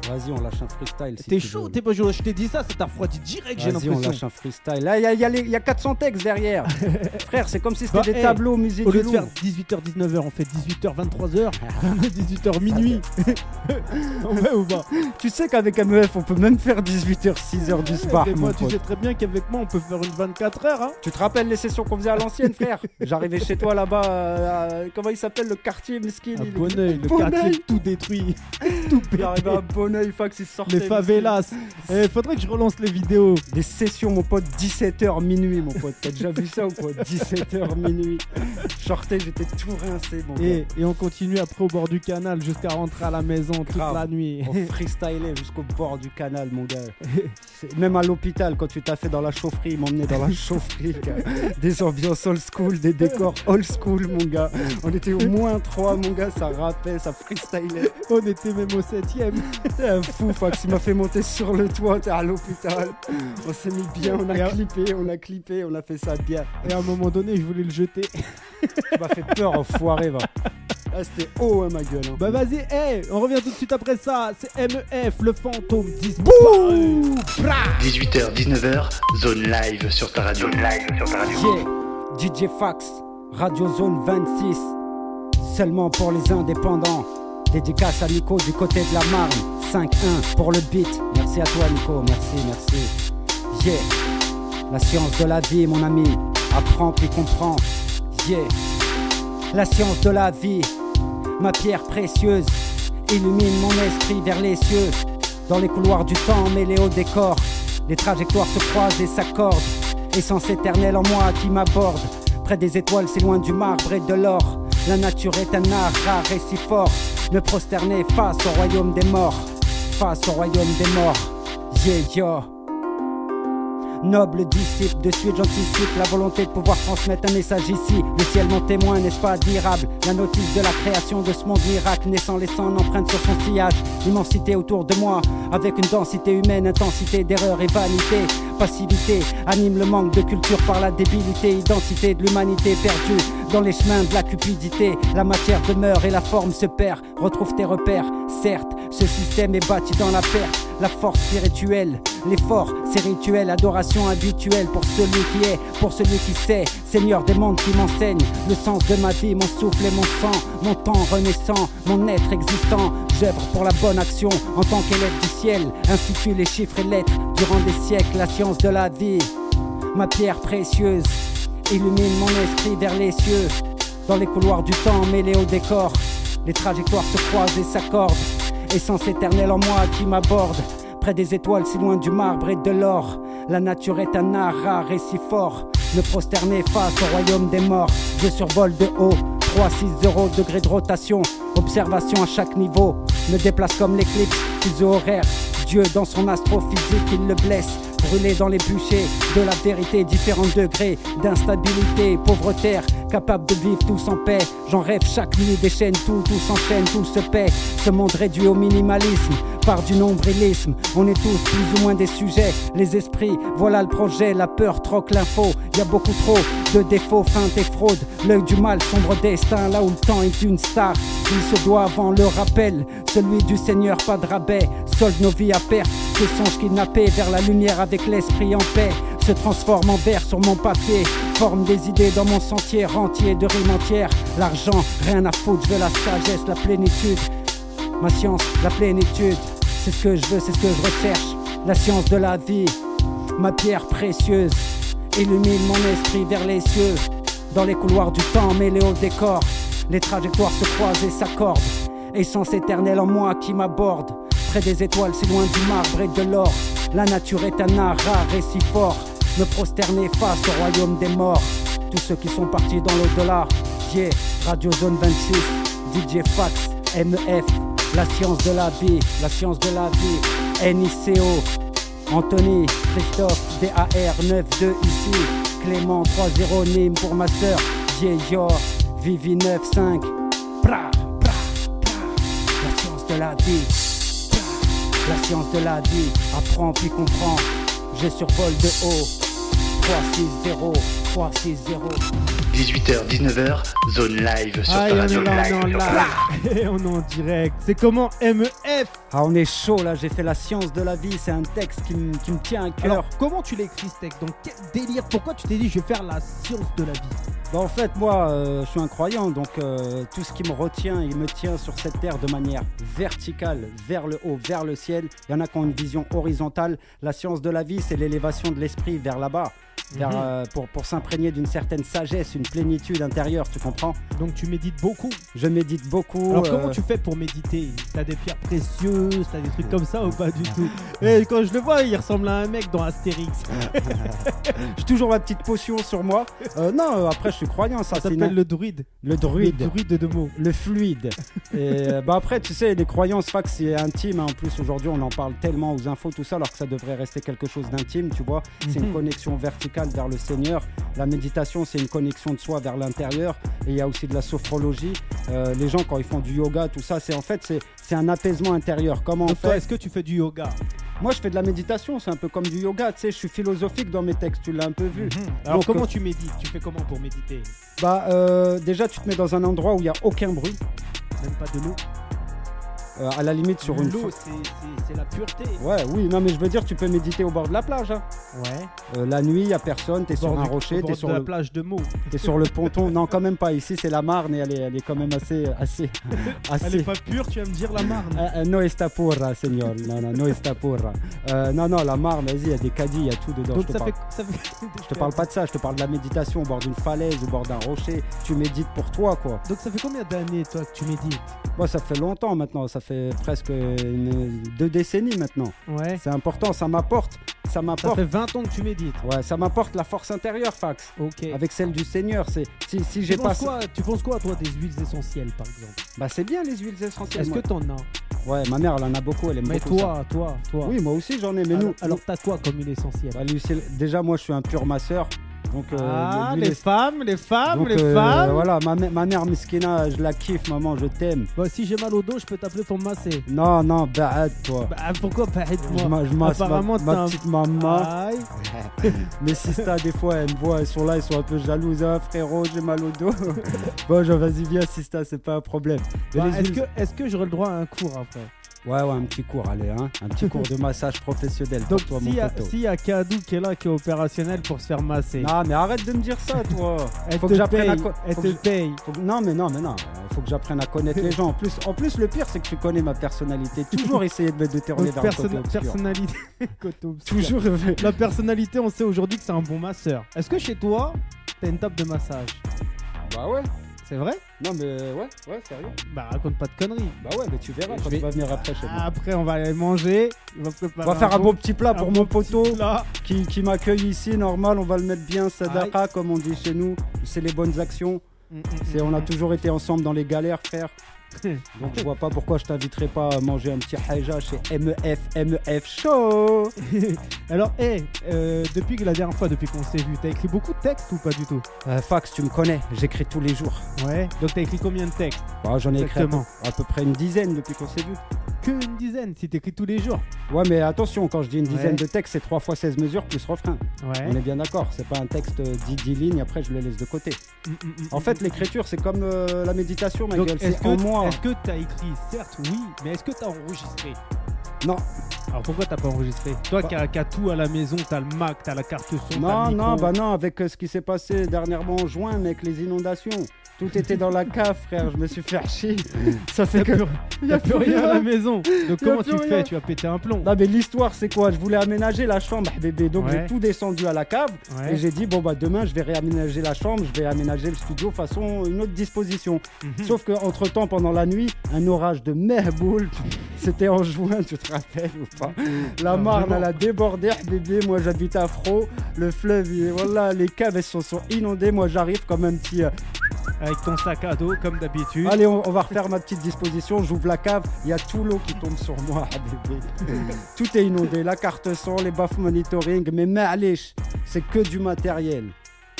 Vas-y, on lâche un freestyle. si T'es tu chaud, veux. t'es pas chaud. Je t'ai dit ça, ça t'a refroidi direct, j'ai Vas-y, on l'impression. lâche un freestyle. Là, il y a, il y a les- il y a 400 textes [LAUGHS] derrière. Frère, c'est comme si c'était Bah, des hey, tableaux eh, au musée Au du lieu de Louvre. faire 18h, 19h, on fait 18h, 23h, 18h, [LAUGHS] minuit. ouais ou pas Tu sais qu'avec MEF, on peut même faire 18h, 6h du soir, Et mon moi, Eh, tu pote. sais très bien qu'avec moi, on peut faire une 24h. Hein Tu te rappelles les sessions qu'on faisait à l'ancienne, frère J'arrivais chez toi là-bas, euh, à- comment il s'appelle le quartier, Miskin à il- Bonneuil, le Bonneuil. quartier tout [LAUGHS] détruit, tout pété, J'arrivais à Bonneuil, fax, il sortait. les Miskin. favelas. Eh, faudrait que je relance les vidéos. Des sessions, mon pote, 17h minuit, mon pote. T'as déjà vu ça ou quoi 17h minuit. Je sortais, j'étais tout rincé, mon Et, Eh, et on continue après au bord du canal jusqu'à rentrer à la maison toute Grave. Oh. la nuit. On freestylait jusqu'au bord du canal, mon gars. C'est- Même à l'hôpital, quand tu t'as fait dans la chaufferie, ils m'emmenaient [LAUGHS] dans la chaufferie. gars. Des ambiances old school, des décors old school, mon gars. On était au moins trois, mon gars. Ça rappait, ça freestylait. [LAUGHS] On était même au 7ème. T'es un fou, Fax. Il m'a fait monter sur le toit. T'es à l'hôpital. On s'est mis bien. On Et a à- clippé, on a clippé, on a fait ça bien. Et à un moment donné, je voulais le jeter. Tu m'as fait peur, enfoiré, va. Ah, c'était haut, hein, ma gueule. hein. Bah vas-y, hey, on revient tout de suite après ça. C'est MEF, le fantôme 10 Bouh 18h, 19h, zone live sur ta radio. live sur ta radio. Yeah, DJ Fax, Radio Zone 26, seulement pour les indépendants. Dédicace à Nico du côté de la Marne, 5-1 pour le beat. Merci à toi Nico, merci, merci. Yeah, la science de la vie mon ami, apprends puis comprends. Yeah, la science de la vie, ma pierre précieuse, illumine mon esprit vers les cieux. Dans les couloirs du temps mêlés au décor, les trajectoires se croisent et s'accordent. Essence éternelle en moi qui m'aborde. Près des étoiles, c'est loin du marbre et de l'or. La nature est un art rare et si fort. Me prosterner face au royaume des morts. Face au royaume des morts. Yeah, yo. Noble disciple, de suite j'anticipe la volonté de pouvoir transmettre un message ici. Le ciel mon témoin, n'est-ce pas admirable La notice de la création de ce monde miracle, naissant laissant une empreinte sur son sillage. L'immensité autour de moi, avec une densité humaine, intensité d'erreur et vanité. Passivité anime le manque de culture par la débilité, identité de l'humanité perdue dans les chemins de la cupidité. La matière demeure et la forme se perd. Retrouve tes repères, certes, ce système est bâti dans la perte. La force spirituelle, l'effort, c'est rituel, adoration habituelle pour celui qui est, pour celui qui sait. Seigneur des mondes qui m'enseigne, le sens de ma vie, mon souffle et mon sang, mon temps renaissant, mon être existant. J'œuvre pour la bonne action en tant qu'élève du ciel, institue les chiffres et lettres durant des siècles, la science de la vie, ma pierre précieuse, illumine mon esprit vers les cieux. Dans les couloirs du temps mêlés au décor, les trajectoires se croisent et s'accordent. Essence éternelle en moi qui m'aborde. Près des étoiles, si loin du marbre et de l'or. La nature est un art rare et si fort. Me prosterner face au royaume des morts. Je survole de haut. 3, 6, 0 degré de rotation. Observation à chaque niveau. Me déplace comme l'éclipse. Fuseau horaire. Dieu dans son astrophysique, il le blesse. Brûlé dans les bûchers de la vérité, différents degrés d'instabilité, pauvre terre, capable de vivre tous en paix. J'en rêve chaque nuit, déchaîne tout, tout s'enchaîne, tout se paie. Ce monde réduit au minimalisme, par du nombrilisme. On est tous plus ou moins des sujets, les esprits, voilà le projet. La peur troque l'info, y a beaucoup trop de défauts, feintes et fraudes. L'œil du mal, sombre destin, là où le temps est une star. Il se doit avant le rappel, celui du Seigneur, pas de rabais. Solde nos vies à perte, tes songes kidnappés vers la lumière avec l'esprit en paix. Se transforme en vers sur mon papier, forme des idées dans mon sentier, rentier de rimes entières. L'argent, rien à foutre, je veux la sagesse, la plénitude. Ma science, la plénitude, c'est ce que je veux, c'est ce que je recherche. La science de la vie, ma pierre précieuse, illumine mon esprit vers les cieux. Dans les couloirs du temps mêlés au décor, les trajectoires se croisent et s'accordent. Essence éternelle en moi qui m'aborde. Près des étoiles, si loin du marbre et de l'or. La nature est un art rare et si fort. Me prosterner face au royaume des morts. Tous ceux qui sont partis dans l'au-delà. Yeah, Radio Zone 26, DJ Fax, MEF, la science de la vie, la science de la vie, NICO, Anthony, Christophe, DAR 92 ici, Clément 30 Nîmes pour ma sœur, Yeyo, Vivi 95, pra, pra, pra, la science de la vie. Pra, La science de la vie apprend puis comprend. J'ai survol de haut. 3-6-0, 3-6-0. 18h, 19h, zone live sur Ah, ta et on est radio. là, Live on est sur en ta [LAUGHS] live. Et on est en direct. C'est comment MEF Ah, on est chaud là, j'ai fait la science de la vie, c'est un texte qui, me- qui me tient à cœur. Alors, comment tu l'as écrit ce texte Dans quel délire Pourquoi tu t'es dit je vais faire la science de la vie Bah, en fait, moi, euh, je suis un croyant, donc euh, tout ce qui me retient, il me tient sur cette terre de manière verticale, vers le haut, vers le ciel. Il y en a qui ont une vision horizontale. La science de la vie, c'est l'élévation de l'esprit vers là-bas, vers, Mhm. euh, pour, pour s'imprégner d'une certaine sagesse, une plénitude intérieure, tu comprends Donc, tu médites beaucoup. Je médite beaucoup. Alors, euh, comment tu fais pour méditer T'as des pierres précieuses T'as des trucs comme ça ou pas du [LAUGHS] tout Et quand je le vois, il ressemble à un mec dans Astérix. [LAUGHS] J'ai toujours ma petite potion sur moi. Euh, non, euh, après, je suis croyant, Ça ça, c'est s'appelle une- le druide. le druide. Le druide de mots. le fluide. Et euh, bah après, tu sais, les croyances, fac, c'est intime. hein. En plus, aujourd'hui, on en parle tellement aux infos, tout ça, alors que ça devrait rester quelque chose d'intime, tu vois. C'est une Mhm. connexion verticale vers le Seigneur. La méditation, c'est une connexion de soi vers l'intérieur. Et il y a aussi de la sophrologie. Euh, les gens, quand ils font du yoga, tout ça, c'est en fait, c'est c'est un apaisement intérieur. Comment on Donc, toi, fait est-ce que tu fais du yoga Moi, je fais de la méditation, c'est un peu comme du yoga, tu sais, je suis philosophique dans mes textes, tu l'as un peu vu. Alors, Donc, comment tu médites Tu fais comment pour méditer Bah, euh, déjà, tu te mets dans un endroit où il n'y a aucun bruit. Même pas de l'eau. Euh, à la limite, sur une L'eau, c'est- c'est c'est la pureté. Ouais, oui, non, mais je veux dire, tu peux méditer au bord de la plage. hein. Ouais. Euh, la nuit, il n'y a personne, t'es sur Bord un du- au rocher, bord t'es de sur, la le- plage de [LAUGHS] mots. t'es sur le ponton. Non, quand même pas, ici c'est la Marne et elle est, elle est quand même assez. assez, [LAUGHS] Elle est assez... pas pure, tu vas me dire la marne. Euh, euh, no está porra, señor. Non, non, no está porra. Euh, non, non, la Marne, vas-y, il y a des caddies, il y a tout dedans. Donc je, te ça parle, fait, ça fait- [LAUGHS] je te parle pas de ça, je te parle de la méditation au bord d'une falaise, au bord d'un rocher. Tu médites pour toi, quoi. Donc ça fait combien d'années toi que tu médites Moi, ça fait longtemps maintenant, ça fait presque une- deux décennies maintenant. Ouais. C'est important, ça m'apporte. Ça Ça m'apporte. fait 20 ans que tu médites. Ouais, ça m'apporte la force intérieure, Fax. Ok. avec celle du Seigneur. C'est si, si tu, j'ai pas, penses quoi, tu penses quoi toi des huiles essentielles par exemple bah c'est bien les huiles essentielles. Est-ce que moi. t'en as Ouais, ma mère elle en a beaucoup, elle aime Mais beaucoup toi, toi, toi. ça. Oui, moi aussi j'en ai, mais alors, nous. alors t'as quoi comme huile essentielle Bah, l'huile- déjà moi je suis un pur masseur, donc. euh, l'huile est- femmes, Ah, les femmes, donc, euh, Voilà, ma, mè- ma mère Miskina, je la kiffe, maman, je t'aime. Bah, si j'ai mal au dos, je peux t'appeler pour me masser. Non, non, bah toi. Bah, pourquoi pas Je aide-moi ma- je masse ma, apparemment, ma t'as un- Ah. petite maman. [LAUGHS] Aïe. Mes sistas, des fois, elles me voient, elles sont là, elles sont un peu jalouses. Ah, frérot, j'ai mal au dos. [LAUGHS] bon, genre, vas-y, viens, sista, c'est pas un problème. Mais Bah, les Est-ce huiles- que, est que j'aurai le droit à un cours après Ouais, ouais, un petit cours, allez, hein. Un petit cours de massage professionnel Donc pour toi, s'il mon y, a- poteau. s'il y a Kadou qui est là, qui est opérationnel pour se faire masser, Non, mais arrête de me dire ça, toi. elle faut te que j'apprenne à paye, co- elle faut te que je- paye. faut que- Non, mais non, mais non. euh, Faut que j'apprenne à connaître les gens. En plus, en plus le pire, c'est que tu connais ma personnalité. Toujours essayer de me détourner Donc, vers perso- le côté obscur. personnalité. Côté obscur. Toujours. [LAUGHS] La personnalité, on sait aujourd'hui que c'est un bon masseur. Est-ce que chez toi, t'as une table de massage Bah ouais. C'est vrai Non, mais ouais, ouais, sérieux. Bah raconte pas de conneries. Bah ouais, mais tu verras Je quand vais- tu vas venir après chez moi. Après, on va aller manger. On va, préparer On va faire un bon beau petit plat Ah, bah, un pour bon mon poteau petit plat. qui, qui m'accueille ici, normal. On va le mettre bien, Sadaka, comme on dit chez nous. C'est les bonnes actions. Mm, mm, C'est- mm, on a mm. toujours été ensemble dans les galères, frère. Donc je vois pas pourquoi je t'inviterais pas à manger un petit haja chez E MEF, MEF Show. [LAUGHS] Alors, hé, euh, depuis que la dernière fois, depuis qu'on s'est vu, t'as écrit beaucoup de textes ou pas du tout Euh, Fax, tu me connais, j'écris tous les jours. Ouais. Donc, t'as écrit combien de textes Bah, J'en ai écrit à peu, Exactement. à peu près une dizaine depuis qu'on s'est vu. Que une dizaine, si t'écris tous les jours. Ouais, mais attention, quand je dis une Ouais. dizaine de textes, c'est 3 fois 16 mesures plus refrain. Ouais. On est bien d'accord, c'est pas un texte euh, dit 10 lignes, après je le laisse de côté. Mm, mm, mm, En fait, l'écriture, c'est comme euh, la méditation, ma Donc, gueule, est-ce c'est hein. en que moi. est-ce que t'as écrit Certes, oui, mais est-ce que t'as enregistré Non. Alors pourquoi t'as pas enregistré Toi Bah- qui as qui as tout à la maison, t'as le Mac, t'as la carte son, t'as Non, le non, micro. bah non, avec euh, ce qui s'est passé dernièrement en juin, mec, les inondations. Tout était dans la cave, frère, je me suis fait chier. Ça y fait a que. [LAUGHS] plus, y a plus rien à la maison. Donc Y a comment plus tu rien. fais Tu vas péter un plomb. Non mais l'histoire c'est quoi Je voulais aménager la chambre bébé donc Ouais. j'ai tout descendu à la cave Ouais. et j'ai dit bon bah demain je vais réaménager la chambre, je vais aménager le studio façon une autre disposition. Mhm. Sauf que entre temps pendant la nuit un orage de mehboul, [LAUGHS] c'était en juin tu te rappelles ou pas La Non, Marne Ah, vraiment. elle a débordé bébé, moi j'habite à Fro, le fleuve il- voilà les caves elles sont, sont inondées, moi j'arrive comme un petit euh, Avec ton sac à dos comme d'habitude. Allez, on, on va refaire ma petite disposition. J'ouvre la cave, il y a tout l'eau qui tombe sur moi, [LAUGHS] bébé. tout est inondé, la carte son, les baffes monitoring. Mais ma'lish, c'est que du matériel.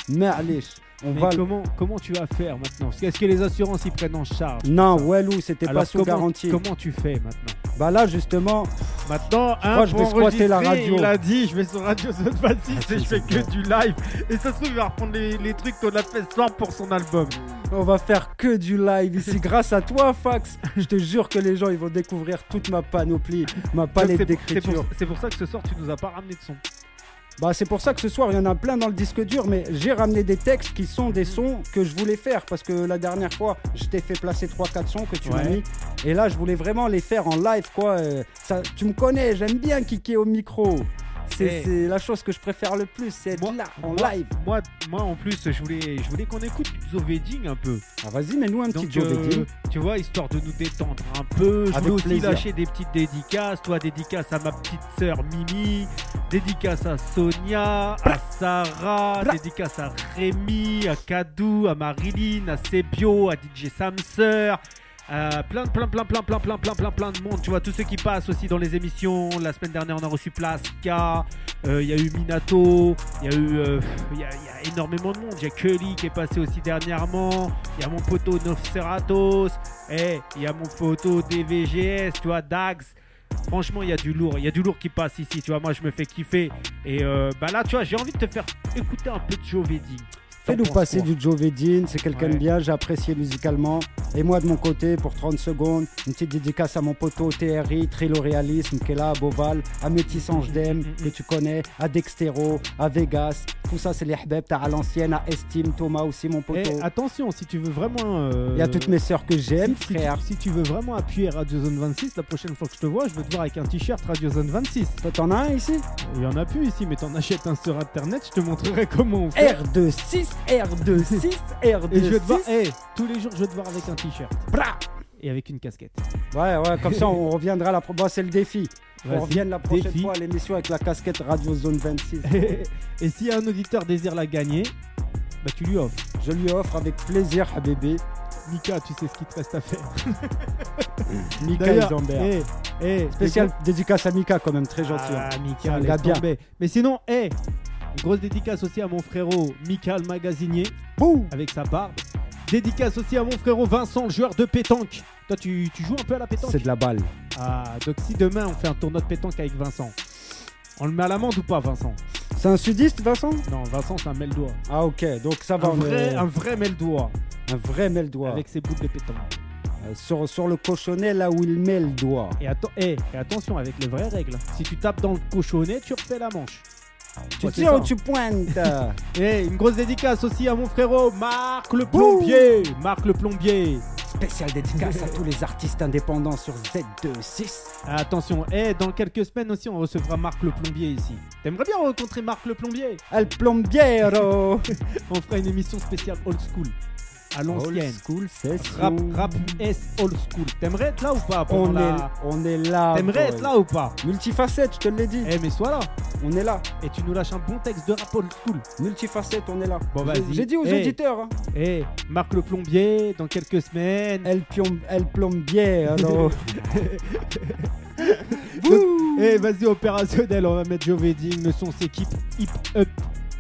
Ma'lish, on Mais va. comment comment tu vas faire maintenant Parce que- Est-ce que les assurances ils prennent en charge Non, Wellou, c'était Alors, pas sous comment, garantie. Comment tu fais maintenant Bah là, justement, Maintenant, un Moi, je vais pour squatter la enregistrer, radio. Il a dit, je vais sur Radio Zone 26 Ah, et je c'est fais génial. que du live. Et ça se trouve, il va reprendre les, les trucs qu'on a fait ce soir pour son album. On va faire que du live ici grâce à toi, Fax. Je te jure que les gens ils vont découvrir toute ma panoplie, ma Donc, palette c'est pour- c'est pour- d'écriture. C'est pour ça que ce soir, tu nous as pas ramené de son. Bah c'est pour ça que ce soir il y en a plein dans le disque dur, mais j'ai ramené des textes qui sont des sons que je voulais faire parce que la dernière fois je t'ai fait placer 3-4 sons que tu m'as Ouais. mis et là je voulais vraiment les faire en live quoi. Euh, ça, tu me connais, j'aime bien kicker au micro. C'est Hey. c'est la chose que je préfère le plus, c'est être Eh. Moi- là en moi- live. Moi, moi, en plus, je voulais, je voulais qu'on écoute du Joe Wedding un peu. Ah vas-y mets-nous un petit Donc, Joe euh, Bedding. tu vois, histoire de nous détendre un peu. Je Avec voulais aussi plaisir. lâcher des petites dédicaces. Toi, dédicace à ma petite sœur Mimi, dédicace à Sonia, à Sarah, Blah. dédicace à Rémi, à Kadou, à Marilyn, à Sebio, à DJ Samser. à plein, plein, plein, plein, plein, plein, plein, plein, plein de monde. Tu vois, tous ceux qui passent aussi dans les émissions. La semaine dernière, on a reçu Plaska. Euh, Il y a eu Minato. Il y a eu. euh, Il y, a- il y a énormément de monde. Il y a Kelly qui est passé aussi dernièrement. Il y a mon poteau Nofceratos. Eh, il y a mon poteau DVGS, tu vois, Dax. Franchement, il y a du lourd. Il y a du lourd qui passe ici, tu vois. Moi, je me fais kiffer. Et euh, bah là, tu vois, j'ai envie de te faire écouter un peu de Joe Veddy. T'en Fais-nous penses passer quoi du Joe Vedin, c'est quelqu'un de Ouais. bien, j'ai apprécié musicalement. Et moi de mon côté, pour 30 secondes, une petite dédicace à mon poteau TRI, Trilo Realisme, qui est là à Boval, à Métis Ange Dem, Mm, mm, mm. que tu connais, à Dextero, à Vegas. Tout ça, c'est les Hbeb, t'as à l'ancienne, à Estime, Thomas aussi, mon Eh, poteau. Et attention, si tu veux vraiment. euh, Il y a toutes mes sœurs que Eh, j'aime, si, si tu- frère. si tu veux vraiment appuyer Radio Zone 26, la prochaine fois que je te vois, je veux te voir avec un t-shirt Radio Zone 26. Toi, t'en as un ici Il y en a plus ici, mais t'en achètes un sur internet, je te montrerai comment on Eh, fait. R26, [LAUGHS] R26, R26. Et je vais te voir, eh, hey, tous les jours, je vais te voir avec un t-shirt Bra et avec une casquette. Ouais, ouais, comme [LAUGHS] ça, on reviendra la prochaine. c'est le défi. On Vas-y, revient la prochaine défi. fois à l'émission avec la casquette Radio Zone 26. [LAUGHS] et si un auditeur désire la gagner, bah tu lui offres. Je lui offre avec plaisir, Habibi, Mika, tu sais ce qu'il te reste à faire. Mika D'ailleurs, Isambert. hey, hey, Spécial dédicace à Mika quand même, très gentil. hein. Ah, C'est un Mika, gars laisse bien. tomber. Mais sinon, hey, grosse dédicace aussi à mon frérot Mika le magasinier Bouh avec sa barbe. Dédicace aussi à mon frérot Vincent, le joueur de pétanque. Toi, tu, tu joues un peu à la pétanque C'est de la balle. Ah, donc si demain on fait un tournoi de pétanque avec Vincent, on le met à l'amende ou pas, Vincent C'est un sudiste, Vincent Non, Vincent, c'est un mêle-doigt. Ah ok, donc ça va. Un on vrai, est- un vrai mêle-doigt un vrai met le doigt. avec ses boules de pétanque. Euh, Sur, sur le cochonnet, là où il met le doigt. Et, atten- hey, et attention avec les vraies règles. Si tu tapes dans le cochonnet, tu refais la manche. Tu Ouais, c'est tires ça. ou [LAUGHS] tu pointes Et Eh, une grosse dédicace aussi à mon frérot Marc le plombier. Marc le plombier. Spécial dédicace à tous les artistes indépendants sur Z26. Ah, Attention, et dans quelques semaines aussi, on recevra Marc le plombier ici. T'aimerais bien rencontrer Marc le plombier El Plombiero On fera une émission spéciale old school, à [LAUGHS] l'ancienne. School session. Rap, rap US old school. T'aimerais être là ou pas pendant On, la- est, on est là. T'aimerais boy. être là ou pas Multifacette, je te l'ai dit. Eh mais sois là On est là. et tu nous lâches un bon texte de rap old school. Multifacette, on est là. Bon, J'ai- vas-y. J'ai dit aux Eh. auditeurs. hein. Eh, Marc le plombier dans quelques semaines. El, piom, el [LAUGHS] plombier, alors. Eh vas-y opérationnel, on va mettre Joveding, le son s'équipe hip up.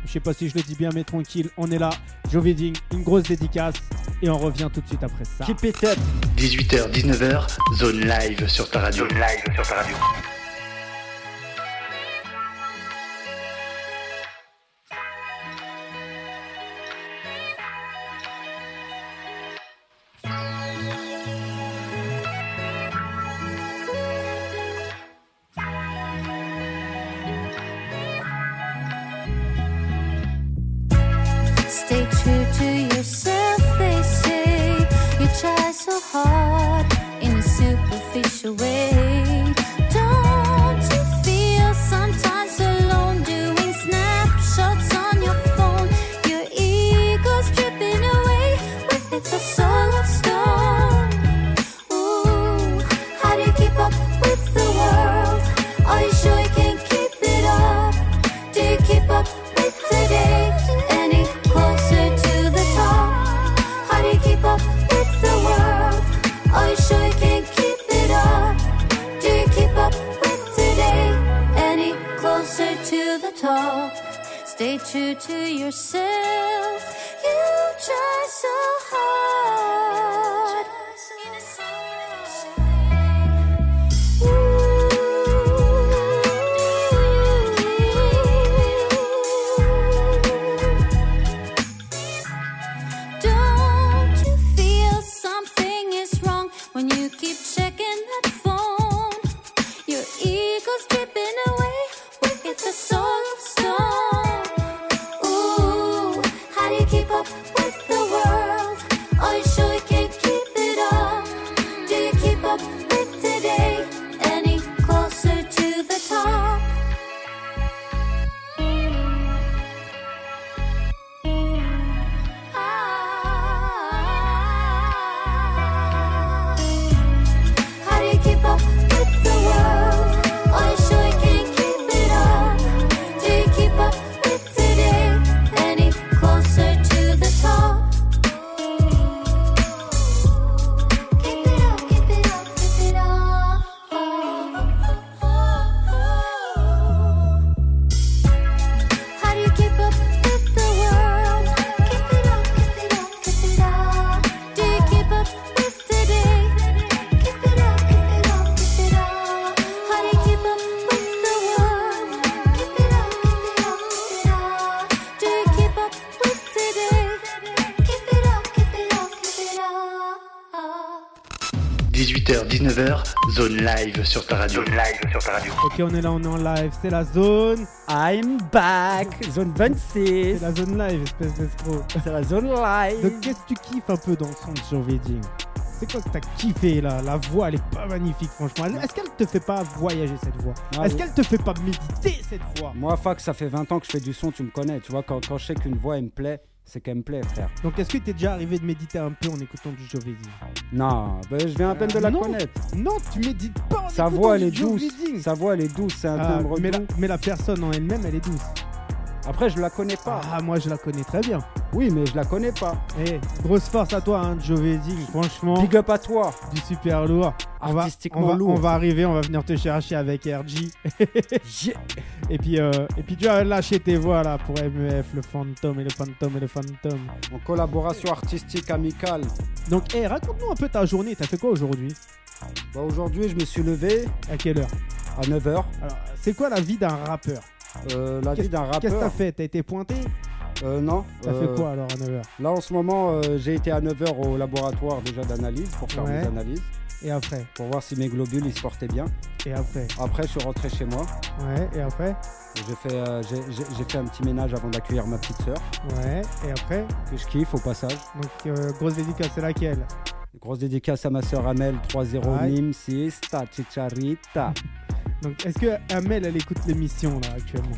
Je sais pas si je le dis bien mais tranquille, on est là. Joveding, une grosse dédicace et on revient tout de suite après ça. Keep it up. 18h, 19h, zone live sur ta radio. Zone live sur ta radio. Stay true to yourself, they say. You try so hard in a superficial way. Don't you feel sometimes alone doing snapshots on your phone? Your ego's dripping away with the soul of stone. Ooh, how do you keep up with the world? Are you sure you can keep it up? Do you keep up with today? Any closer to the top? How do you keep up with the world? Are you sure you can keep it up? Do you keep up with today? Any closer to the top? Stay true to yourself. You try so hard. Ooh, goes dripping away. Work at the soul of stone. Ooh, how do you keep up with the world? Are you sure you can't keep it up? Do you keep up with today? Any closer to the top? Ah. How do you keep up with the world? Are you sure you can keep it up? Do you keep up with today? Any closer to the top? Keep it up, keep it up, keep it up. How do you keep up with the world? Keep it up, keep it up, keep it up. Do you keep up with today? Keep it up, keep it up, keep it up. How do you keep up with the world? Keep it up, keep it up, keep it up. Do you keep up with today? Keep it up, keep it up, keep it up. 18h, 19h, zone live sur ta radio. live sur ta radio. Ok, on est là, on est en live. C'est la zone. I'm back, zone 26. C'est la zone live, espèce d'escroc. C'est la zone Donc, live. qu'est-ce que tu kiffes un peu dans le son de Joe Wedding C'est quoi que t'as kiffé là La voix, elle est pas magnifique, franchement. Elle- Est-ce qu'elle te fait pas voyager cette voix Ah, Est-ce oui. qu'elle te fait pas méditer cette voix Moi, fuck, ça fait 20 ans que je fais du son, tu me connais. Tu vois, quand, quand je sais qu'une voix, elle me plaît, c'est qu'elle me plaît, frère. Donc, est-ce que t'es déjà arrivé de méditer un peu en écoutant du Joe Wedding Non, ben, je viens à peine de la Non. connaître. Non, tu médites pas en Sa écoutant voix, elle du est Joe douce. Wedding. Sa voix, elle est douce, c'est un Ah, timbre mais, la, doux. mais la personne en elle-même, elle est douce. Après, je la connais pas. Ah, moi je la connais très bien. Oui, mais je la connais pas. Eh, grosse force à toi, hein, Joe Wedding. Franchement, Big up à toi. du super lourd. On va, Artistiquement on, va, lourd. on va arriver, on va venir te chercher avec [LAUGHS] RG. Et puis, euh, et puis tu as lâché tes voix là pour MEF, le fantôme et le fantôme et le fantôme. En collaboration artistique amicale. Donc, eh, raconte-nous un peu ta journée. T'as fait quoi aujourd'hui Bah, Aujourd'hui, je me suis levé À quelle heure à 9h. Alors, c'est quoi la vie d'un rappeur la vie Qu'est-ce- d'un Qu'est-ce que t'as rappeur. fait T'as été pointé Euh, non. T'as euh, fait quoi alors à 9h Là, en ce moment, euh, j'ai été à 9h au laboratoire déjà d'analyse pour faire Ouais. mes analyses, Et après pour voir si mes globules ils se portaient bien. Et après Après, je suis rentré chez moi. Ouais, et après J'ai fait, euh, j'ai, j'ai- j'ai fait un petit ménage avant d'accueillir ma petite sœur, Ouais, et après que je kiffe au passage. Donc, euh, grosse dédicace, c'est laquelle Grosse dédicace à ma sœur Amel, 3-0 Ouais. Nîmes, Siesta, Chicharita. Donc, est-ce que Amel, elle écoute l'émission là actuellement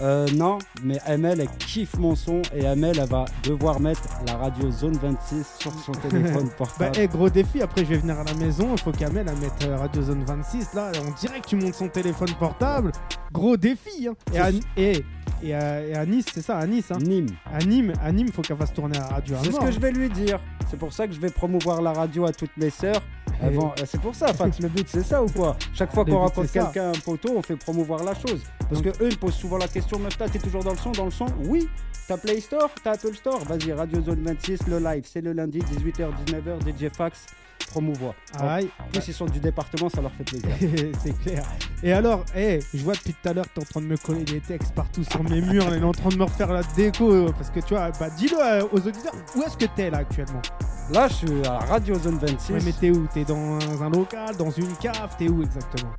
Euh, non, mais Amel, elle kiffe mon son et Amel, elle va devoir mettre la radio Zone 26 sur [LAUGHS] son téléphone Bah, portable. eh, gros défi, après je vais venir à la maison, il faut qu'Amel elle mette euh, Radio Zone 26 là, en direct tu montes son téléphone portable. Gros défi hein. et, à, et, et à- et à Nice, c'est ça, à Nice hein. Nîmes. À Nîmes, à Nîmes, faut qu'elle fasse tourner la radio à C'est ce mort, que hein. je vais lui dire. C'est pour ça que je vais promouvoir la radio à toutes mes sœurs. Eh Avant, Euh, c'est pour ça, hein. Fax, le but c'est ça ou quoi Chaque fois Le qu'on but, rencontre c'est ça. quelqu'un, un poteau, on fait promouvoir la chose. Parce Donc- que eux, ils posent souvent la question, meuf, t'as- t'es toujours dans le son, dans le son Oui. T'as Play Store, t'as Apple Store. Vas-y, Radio Zone 26, le live, c'est le lundi, 18h, 19h, DJ Fax, promouvoir. [LAUGHS] En Aïe, plus, ils sont du département, ça leur fait plaisir. [LAUGHS] c'est clair. Et alors, eh, je vois depuis tout à l'heure que t'es en train de me coller des textes partout sur mes murs, elle est en train de me refaire la déco euh, parce que tu vois, bah dis-le euh, aux auditeurs, où est-ce que t'es là actuellement Là, je suis à Radio Zone 26. Ouais, mais t'es où T'es dans un local, dans une cave, t'es où exactement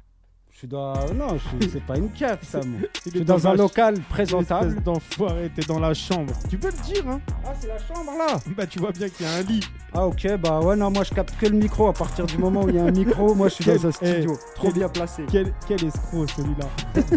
Je suis dans. Non, je suis... c'est pas une cave, ça, moi. [LAUGHS] Il Je est suis dans un ma local Présentable. présentable. Espèce d'enfoiré, t'es dans la chambre. Tu peux le dire, hein [LAUGHS] Ah, c'est la chambre là Bah, tu vois bien qu'il y a un lit. Ah ok, bah ouais, non, moi je capte que le micro. À partir du moment où il y a un micro, moi je suis [LAUGHS] dans un Quel- studio. eh, Trop quel- bien placé. Quel, quel escroc, celui-là.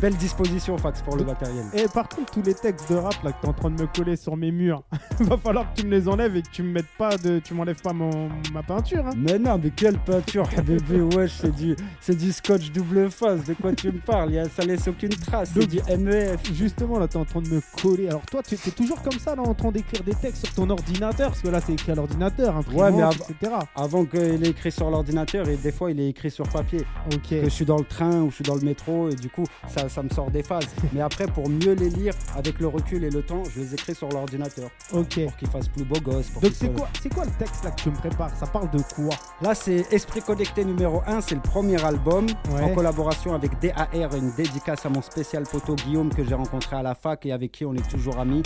Belle disposition, Fax, pour le matériel. Et par contre, tous les textes de rap, là, que t'es en train de me coller sur mes murs, [LAUGHS] va falloir que tu me les enlèves et que tu me mettes pas de... Tu m'enlèves pas mon... ma peinture, hein Mais non, mais quelle peinture, [LAUGHS] bébé, wesh, c'est du, c'est du scotch double face. De quoi tu me parles Il y a- Ça laisse aucune trace. C'est du E MEF. Justement, là, t'es en train de me coller. Alors, toi, tu t'es toujours comme ça, là, en train d'écrire des textes sur ton ordinateur, parce que là, c'est écrit à l'ordinateur, imprimante, mais av- etc. Avant qu'il est écrit sur l'ordinateur et des fois il est écrit sur papier. Ok. Que je suis dans le train ou je suis dans le métro et du coup ça, ça me sort des [LAUGHS] phases. Mais après pour mieux les lire avec le recul et le temps, je les écris sur l'ordinateur Ok. pour qu'ils fassent plus beau gosse. pour Donc, qu'ils c'est soient- quoi, c'est quoi le texte, là, que tu me prépares Ça parle de quoi Là, c'est Esprit Connecté numéro 1, c'est le premier album Ouais. en collaboration collaboration avec DAR, une dédicace à mon spécial poteau Guillaume que j'ai rencontré à la fac et avec qui on est toujours amis.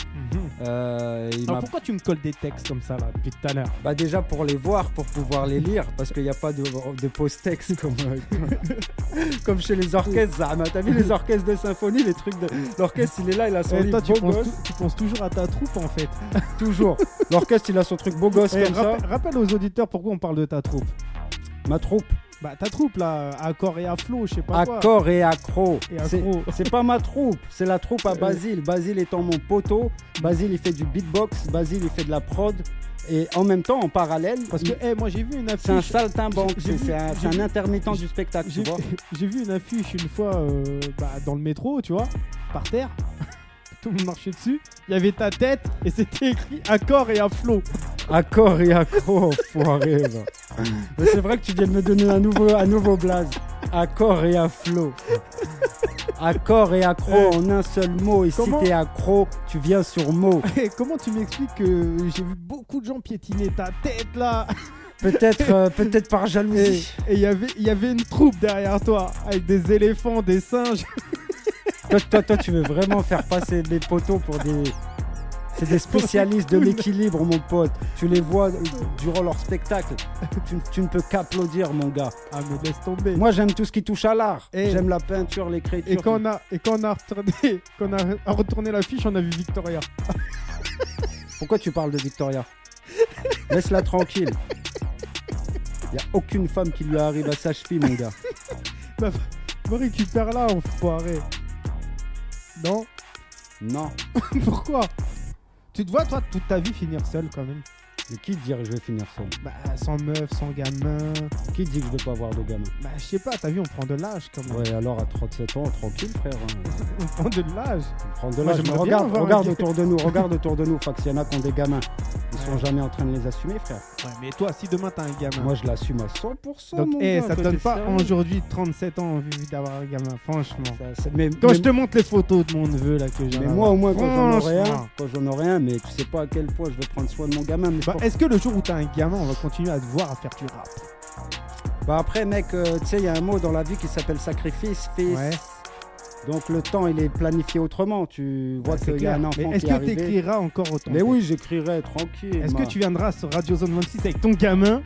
Euh, il Mhm. Alors m'a pourquoi tu me colles des textes comme ça là depuis tout à l'heure bah déjà pour les voir, pour pouvoir les lire, parce qu'il n'y a pas de, de post-texte comme, euh, [LAUGHS] comme- comme chez les orchestres. Zahma. T'as vu les orchestres de symphonie, les trucs de. L'orchestre, il est là, il a son Eh, livre toi, tu beau penses, gosse. tou- tu penses toujours à ta troupe en fait. Toujours. L'orchestre, il a son truc beau gosse Eh, comme rappe- ça. Rappelle aux auditeurs pourquoi on parle de ta troupe. Ma troupe, Bah ta troupe là, à corps et à flot, je sais pas quoi. accord et accro. Et Euh, C'est- accro. C'est pas ma troupe, c'est la troupe à Basile. Basile étant mon poteau, Basile il fait du beatbox, Basile il fait de la prod. Et en même temps, en parallèle, Parce que il- eh, moi j'ai vu une c'est un affiche. saltimbanque, j'ai c'est vu- c'est un, j'ai c'est un vu- intermittent j'ai- du spectacle, J'ai tu vois. j'ai vu [LAUGHS] une affiche une fois euh, bah, dans le métro, tu vois, par terre. [LAUGHS] Tout le monde marchait dessus. Il y avait ta tête et c'était écrit à corps et à flot. Accord et accro, enfoiré. va. Mais c'est vrai que tu viens de me donner un nouveau, un nouveau blaze. Accord et afflot. Accord et accro Eh. en un seul mot. Et Comment- si t'es accro, tu viens sur mot. [LAUGHS] Et comment tu m'expliques que j'ai vu beaucoup de gens piétiner ta tête là Peut-être euh, peut-être par Et jalousie. et il y avait- il y avait une troupe derrière toi avec des éléphants, des singes. Toi, toi, toi, tu veux vraiment faire passer les poteaux pour des. C'est des spécialistes de l'équilibre, mon pote. Tu les vois euh, durant leur spectacle. Tu, tu ne peux qu'applaudir, mon gars. Ah mais laisse tomber. Moi, j'aime tout ce qui touche à l'art. Eh. J'aime la peinture, l'écriture. Et quand on a, et quand on a retourné, [LAUGHS] quand on a retourné l'affiche, on a vu Victoria. Pourquoi tu parles de Victoria Laisse-la tranquille. Il a aucune femme qui lui arrive à sa cheville, mon gars. Bah, [LAUGHS] me récupère là, enfoiré. Non Non. [LAUGHS] Pourquoi Tu te vois, toi, toute ta vie finir seul quand même. Mais qui te dit que je vais finir seul Bah, sans meuf, sans gamin. Qui te dit que je vais pas avoir de gamin Bah, je sais pas, t'as vu, on prend de l'âge quand même. Ouais, alors à 37 ans, tranquille, frère. hein. On prend de l'âge. Prends de Moi, l'âge. j'aimerais Mais bien Regarde, avoir un regarde gars. autour de nous, regarde autour de nous. Fax, il y en a qui ont des gamins. Ils sont jamais en train de les assumer, frère. Ouais, mais toi, si demain t'as un gamin. Moi, je l'assume à 100%. donc, mon eh, gars, ça te toi, donne t'es pas sérieux aujourd'hui 37 ans envie d'avoir un gamin, franchement. Ça- ça- mais, Quand mais- je te montre les photos de mon neveu là que j'ai. mais là, moi, au moins, quand j'en aurai franchement. un, quand j'en aurai un, mais tu sais pas à quel point je vais prendre soin de mon gamin. Mais je Bah, pense- est-ce que le jour où t'as un gamin, on va continuer à te voir à faire du rap eh. Bah après, mec, euh, tu sais, il y a un mot dans la vie qui s'appelle sacrifice, fils. Ouais. Donc le temps, il est planifié autrement. Tu vois Ouais, Bah, c'est qu'il y a clair. un enfant Mais qui est-ce est que arrivé. t'écriras encore autant Mais oui, j'écrirai tranquille. Est-ce que ma. tu viendras sur Radio Zone 26 avec ton gamin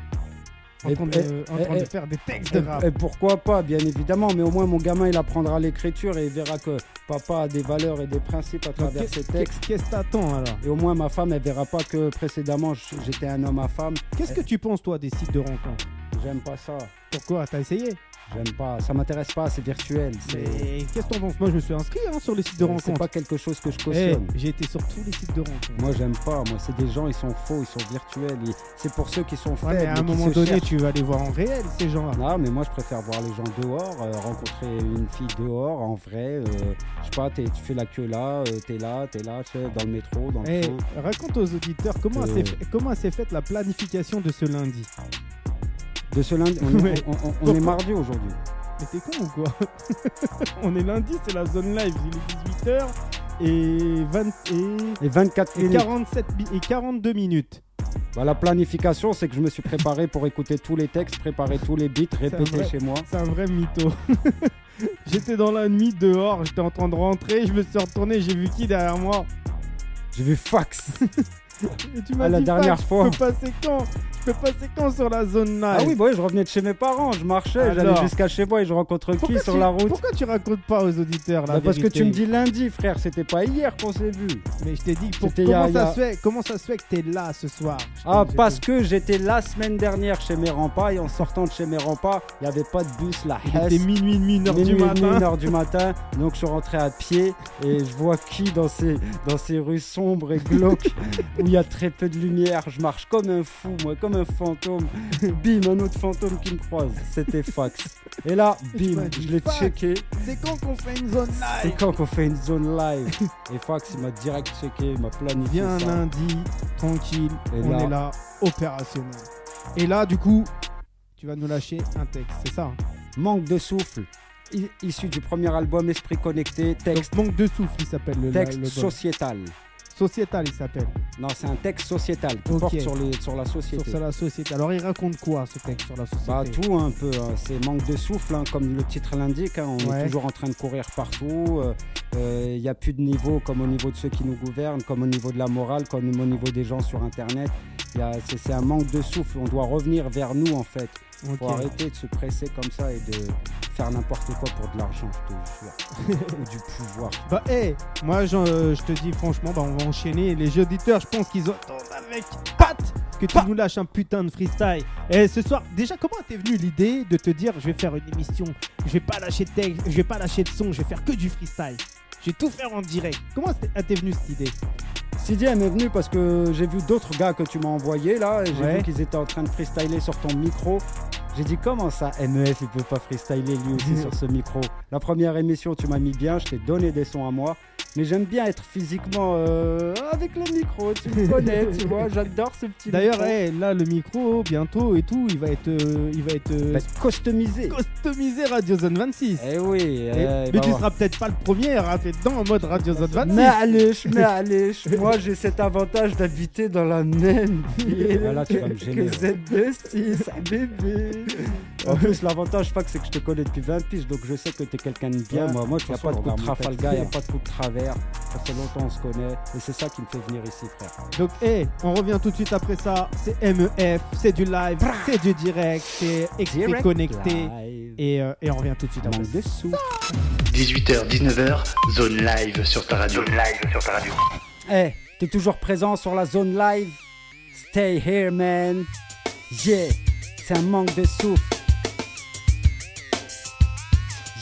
en Et- train, de, en et- train de et- faire des textes de rap et, et pourquoi pas, bien évidemment. Mais au moins, mon gamin, il apprendra l'écriture et il verra que papa a des valeurs et des principes à Donc, travers ses qu'est- textes. Qu'est-ce que t'attends alors Et au moins, ma femme, elle verra pas que précédemment, je- j'étais un homme à femme. Qu'est-ce que tu penses toi des sites de rencontres J'aime pas ça. Pourquoi T'as essayé J'aime pas. Ça m'intéresse pas. C'est virtuel. Mais C'est qu'est-ce que t'en penses Moi je me suis inscrit hein, sur les sites de c'est rencontres. pas quelque chose que je Eh, cautionne. J'ai été sur tous les sites de rencontres. Moi, j'aime pas. Moi, c'est des gens, ils sont faux, ils sont virtuels. Ils- C'est pour ceux qui sont Ouais, faibles. mais à qui un moment se donné, cherchent. tu vas les voir en réel ces gens-là. Non, mais moi, je préfère voir les gens dehors, euh, rencontrer une fille dehors, en vrai. euh, je sais pas, t'es- tu fais la queue là, euh, t'es là, t'es là, tu sais, dans le métro, dans le Eh, train. raconte aux auditeurs comment Euh. s'est fait- comment s'est faite la planification de ce lundi. De ce lundi, on, est- Ouais. on- on- on est mardi aujourd'hui. Mais t'es con ou quoi [LAUGHS] On est lundi, c'est la zone live, il est 18h et, 20 et- Et 24 et minutes. 47 mi- et 42 minutes. Bah, la planification, c'est que je me suis préparé pour écouter tous les textes, préparer tous les beats, répéter vrai. chez moi. C'est un vrai mytho. [LAUGHS] j'étais dans la nuit dehors, j'étais en train de rentrer, je me suis retourné, j'ai vu qui derrière moi J'ai vu fax. Et tu m'as Ah, la dit, dernière Pat, fois. Je peux passer quand Je peux passer quand sur la zone live Ah oui, bah, oui, je revenais de chez mes parents, je marchais, Alors. j'allais jusqu'à chez moi et je rencontre qui Pourquoi sur tu- la route Pourquoi tu racontes pas aux auditeurs là Bah, Parce que tu me dis lundi, frère, c'était pas hier qu'on s'est vu. Mais je t'ai dit, pour- C'était il y a- comment, il y ça a- se fait, comment ça se fait que t'es là ce soir Je Ah, t'ai- j'ai parce dit- que j'étais la semaine dernière chez mes rempas et en sortant de chez mes rempas, il n'y avait pas de bus, la Il était Hesse. minuit et demi, une heure Minuit du et demi, matin. une heure du matin, donc je suis rentré à pied et je vois qui dans ces, dans ces rues sombres [LAUGHS] et glauques où il y a très peu de lumière. Je marche comme un fou, moi, comme un fantôme. Bim, un autre fantôme qui me croise. C'était Fax. Et là, bim, m'as dit je l'ai Fax. checké. C'est quand qu'on fait une zone C'est live quand qu'on fait une zone live Et Fax, il m'a direct checké, il m'a planifié. Viens ça. lundi, tranquille, Et on là- est là, opérationnel. Et là, du coup, tu vas nous lâcher un texte, c'est ça hein Manque de souffle. I- Issu du premier album Esprit Connecté, texte Donc, Manque de souffle, il s'appelle le, texte le- le- sociétal. Sociétal, il s'appelle. Non, c'est un texte sociétal qui Ok. porte sur, les, sur la société. Sur la société. Alors, il raconte quoi, ce texte sur la société Bah, tout un peu, hein. c'est manque de souffle, hein, comme le titre l'indique. hein. on Ouais. est toujours en train de courir partout. euh, euh, Il n'y a plus de niveau, comme au niveau de ceux qui nous gouvernent, comme au niveau de la morale, comme au niveau des gens sur Internet. Il y a- c'est- C'est un manque de souffle. On doit revenir vers nous, en fait. Il faut Ok. arrêter de se presser comme ça et de faire n'importe quoi pour de l'argent, je [LAUGHS] te jure. Ou du pouvoir. Bah, hey, moi, j'en- euh, je te dis franchement, bah, on va enchaîner. Les jeux auditeurs, je pense qu'ils ont avec Pat que tu nous lâches un putain de freestyle. Et ce soir, déjà, comment t'es venue l'idée de te dire, je vais faire une émission, je vais pas lâcher de texte, je vais pas lâcher de son, je vais faire que du freestyle. Je vais tout faire en direct. Comment t'es- t'es venue cette idée Sidi, elle m'est venue parce que j'ai vu d'autres gars que tu m'as envoyé là, et j'ai Ouais. vu qu'ils étaient en train de freestyler sur ton micro. J'ai dit comment ça, MEF, il peut pas freestyler [LAUGHS] lui aussi sur ce micro. La première émission, tu m'as mis bien, je t'ai donné des sons à moi, mais j'aime bien être physiquement euh, avec le micro, tu me connais, tu vois, j'adore ce petit. D'ailleurs, eh, micro. hey, là, le micro, bientôt et tout, il va être, euh, il va être euh, Il va être customisé. customisé Radio Zone 26. Eh oui, eh, Et- il mais va tu voir. seras peut-être pas le premier à rapper dedans en mode Radio Zone 26. Mais allez, je- [LAUGHS] mais allez, je- moi j'ai cet avantage d'habiter dans la même ville Ah, là, tu vas me que gêner, là. Z26, ah, bébé. En plus, l'avantage, je crois que c'est que je te connais depuis 20 piges, donc je sais que t'es quelqu'un de bien. Ouais, moi, moi, de y a toute façon, pas de je coup de regarde mon Trafalgar, y a texte. pas de coup de travers. Ça fait longtemps on se connaît, et c'est ça qui me fait venir ici, frère. Donc, hey, on revient tout de suite après ça. C'est MEF, c'est du live, c'est du direct, c'est esprit connecté. Live. Et, euh, et on revient tout de suite après Manque de sous. 18h, 19h, zone live sur ta radio. live sur ta radio. Eh, t'es toujours présent sur la zone live. Stay here, man. Yeah, c'est un manque de souffle.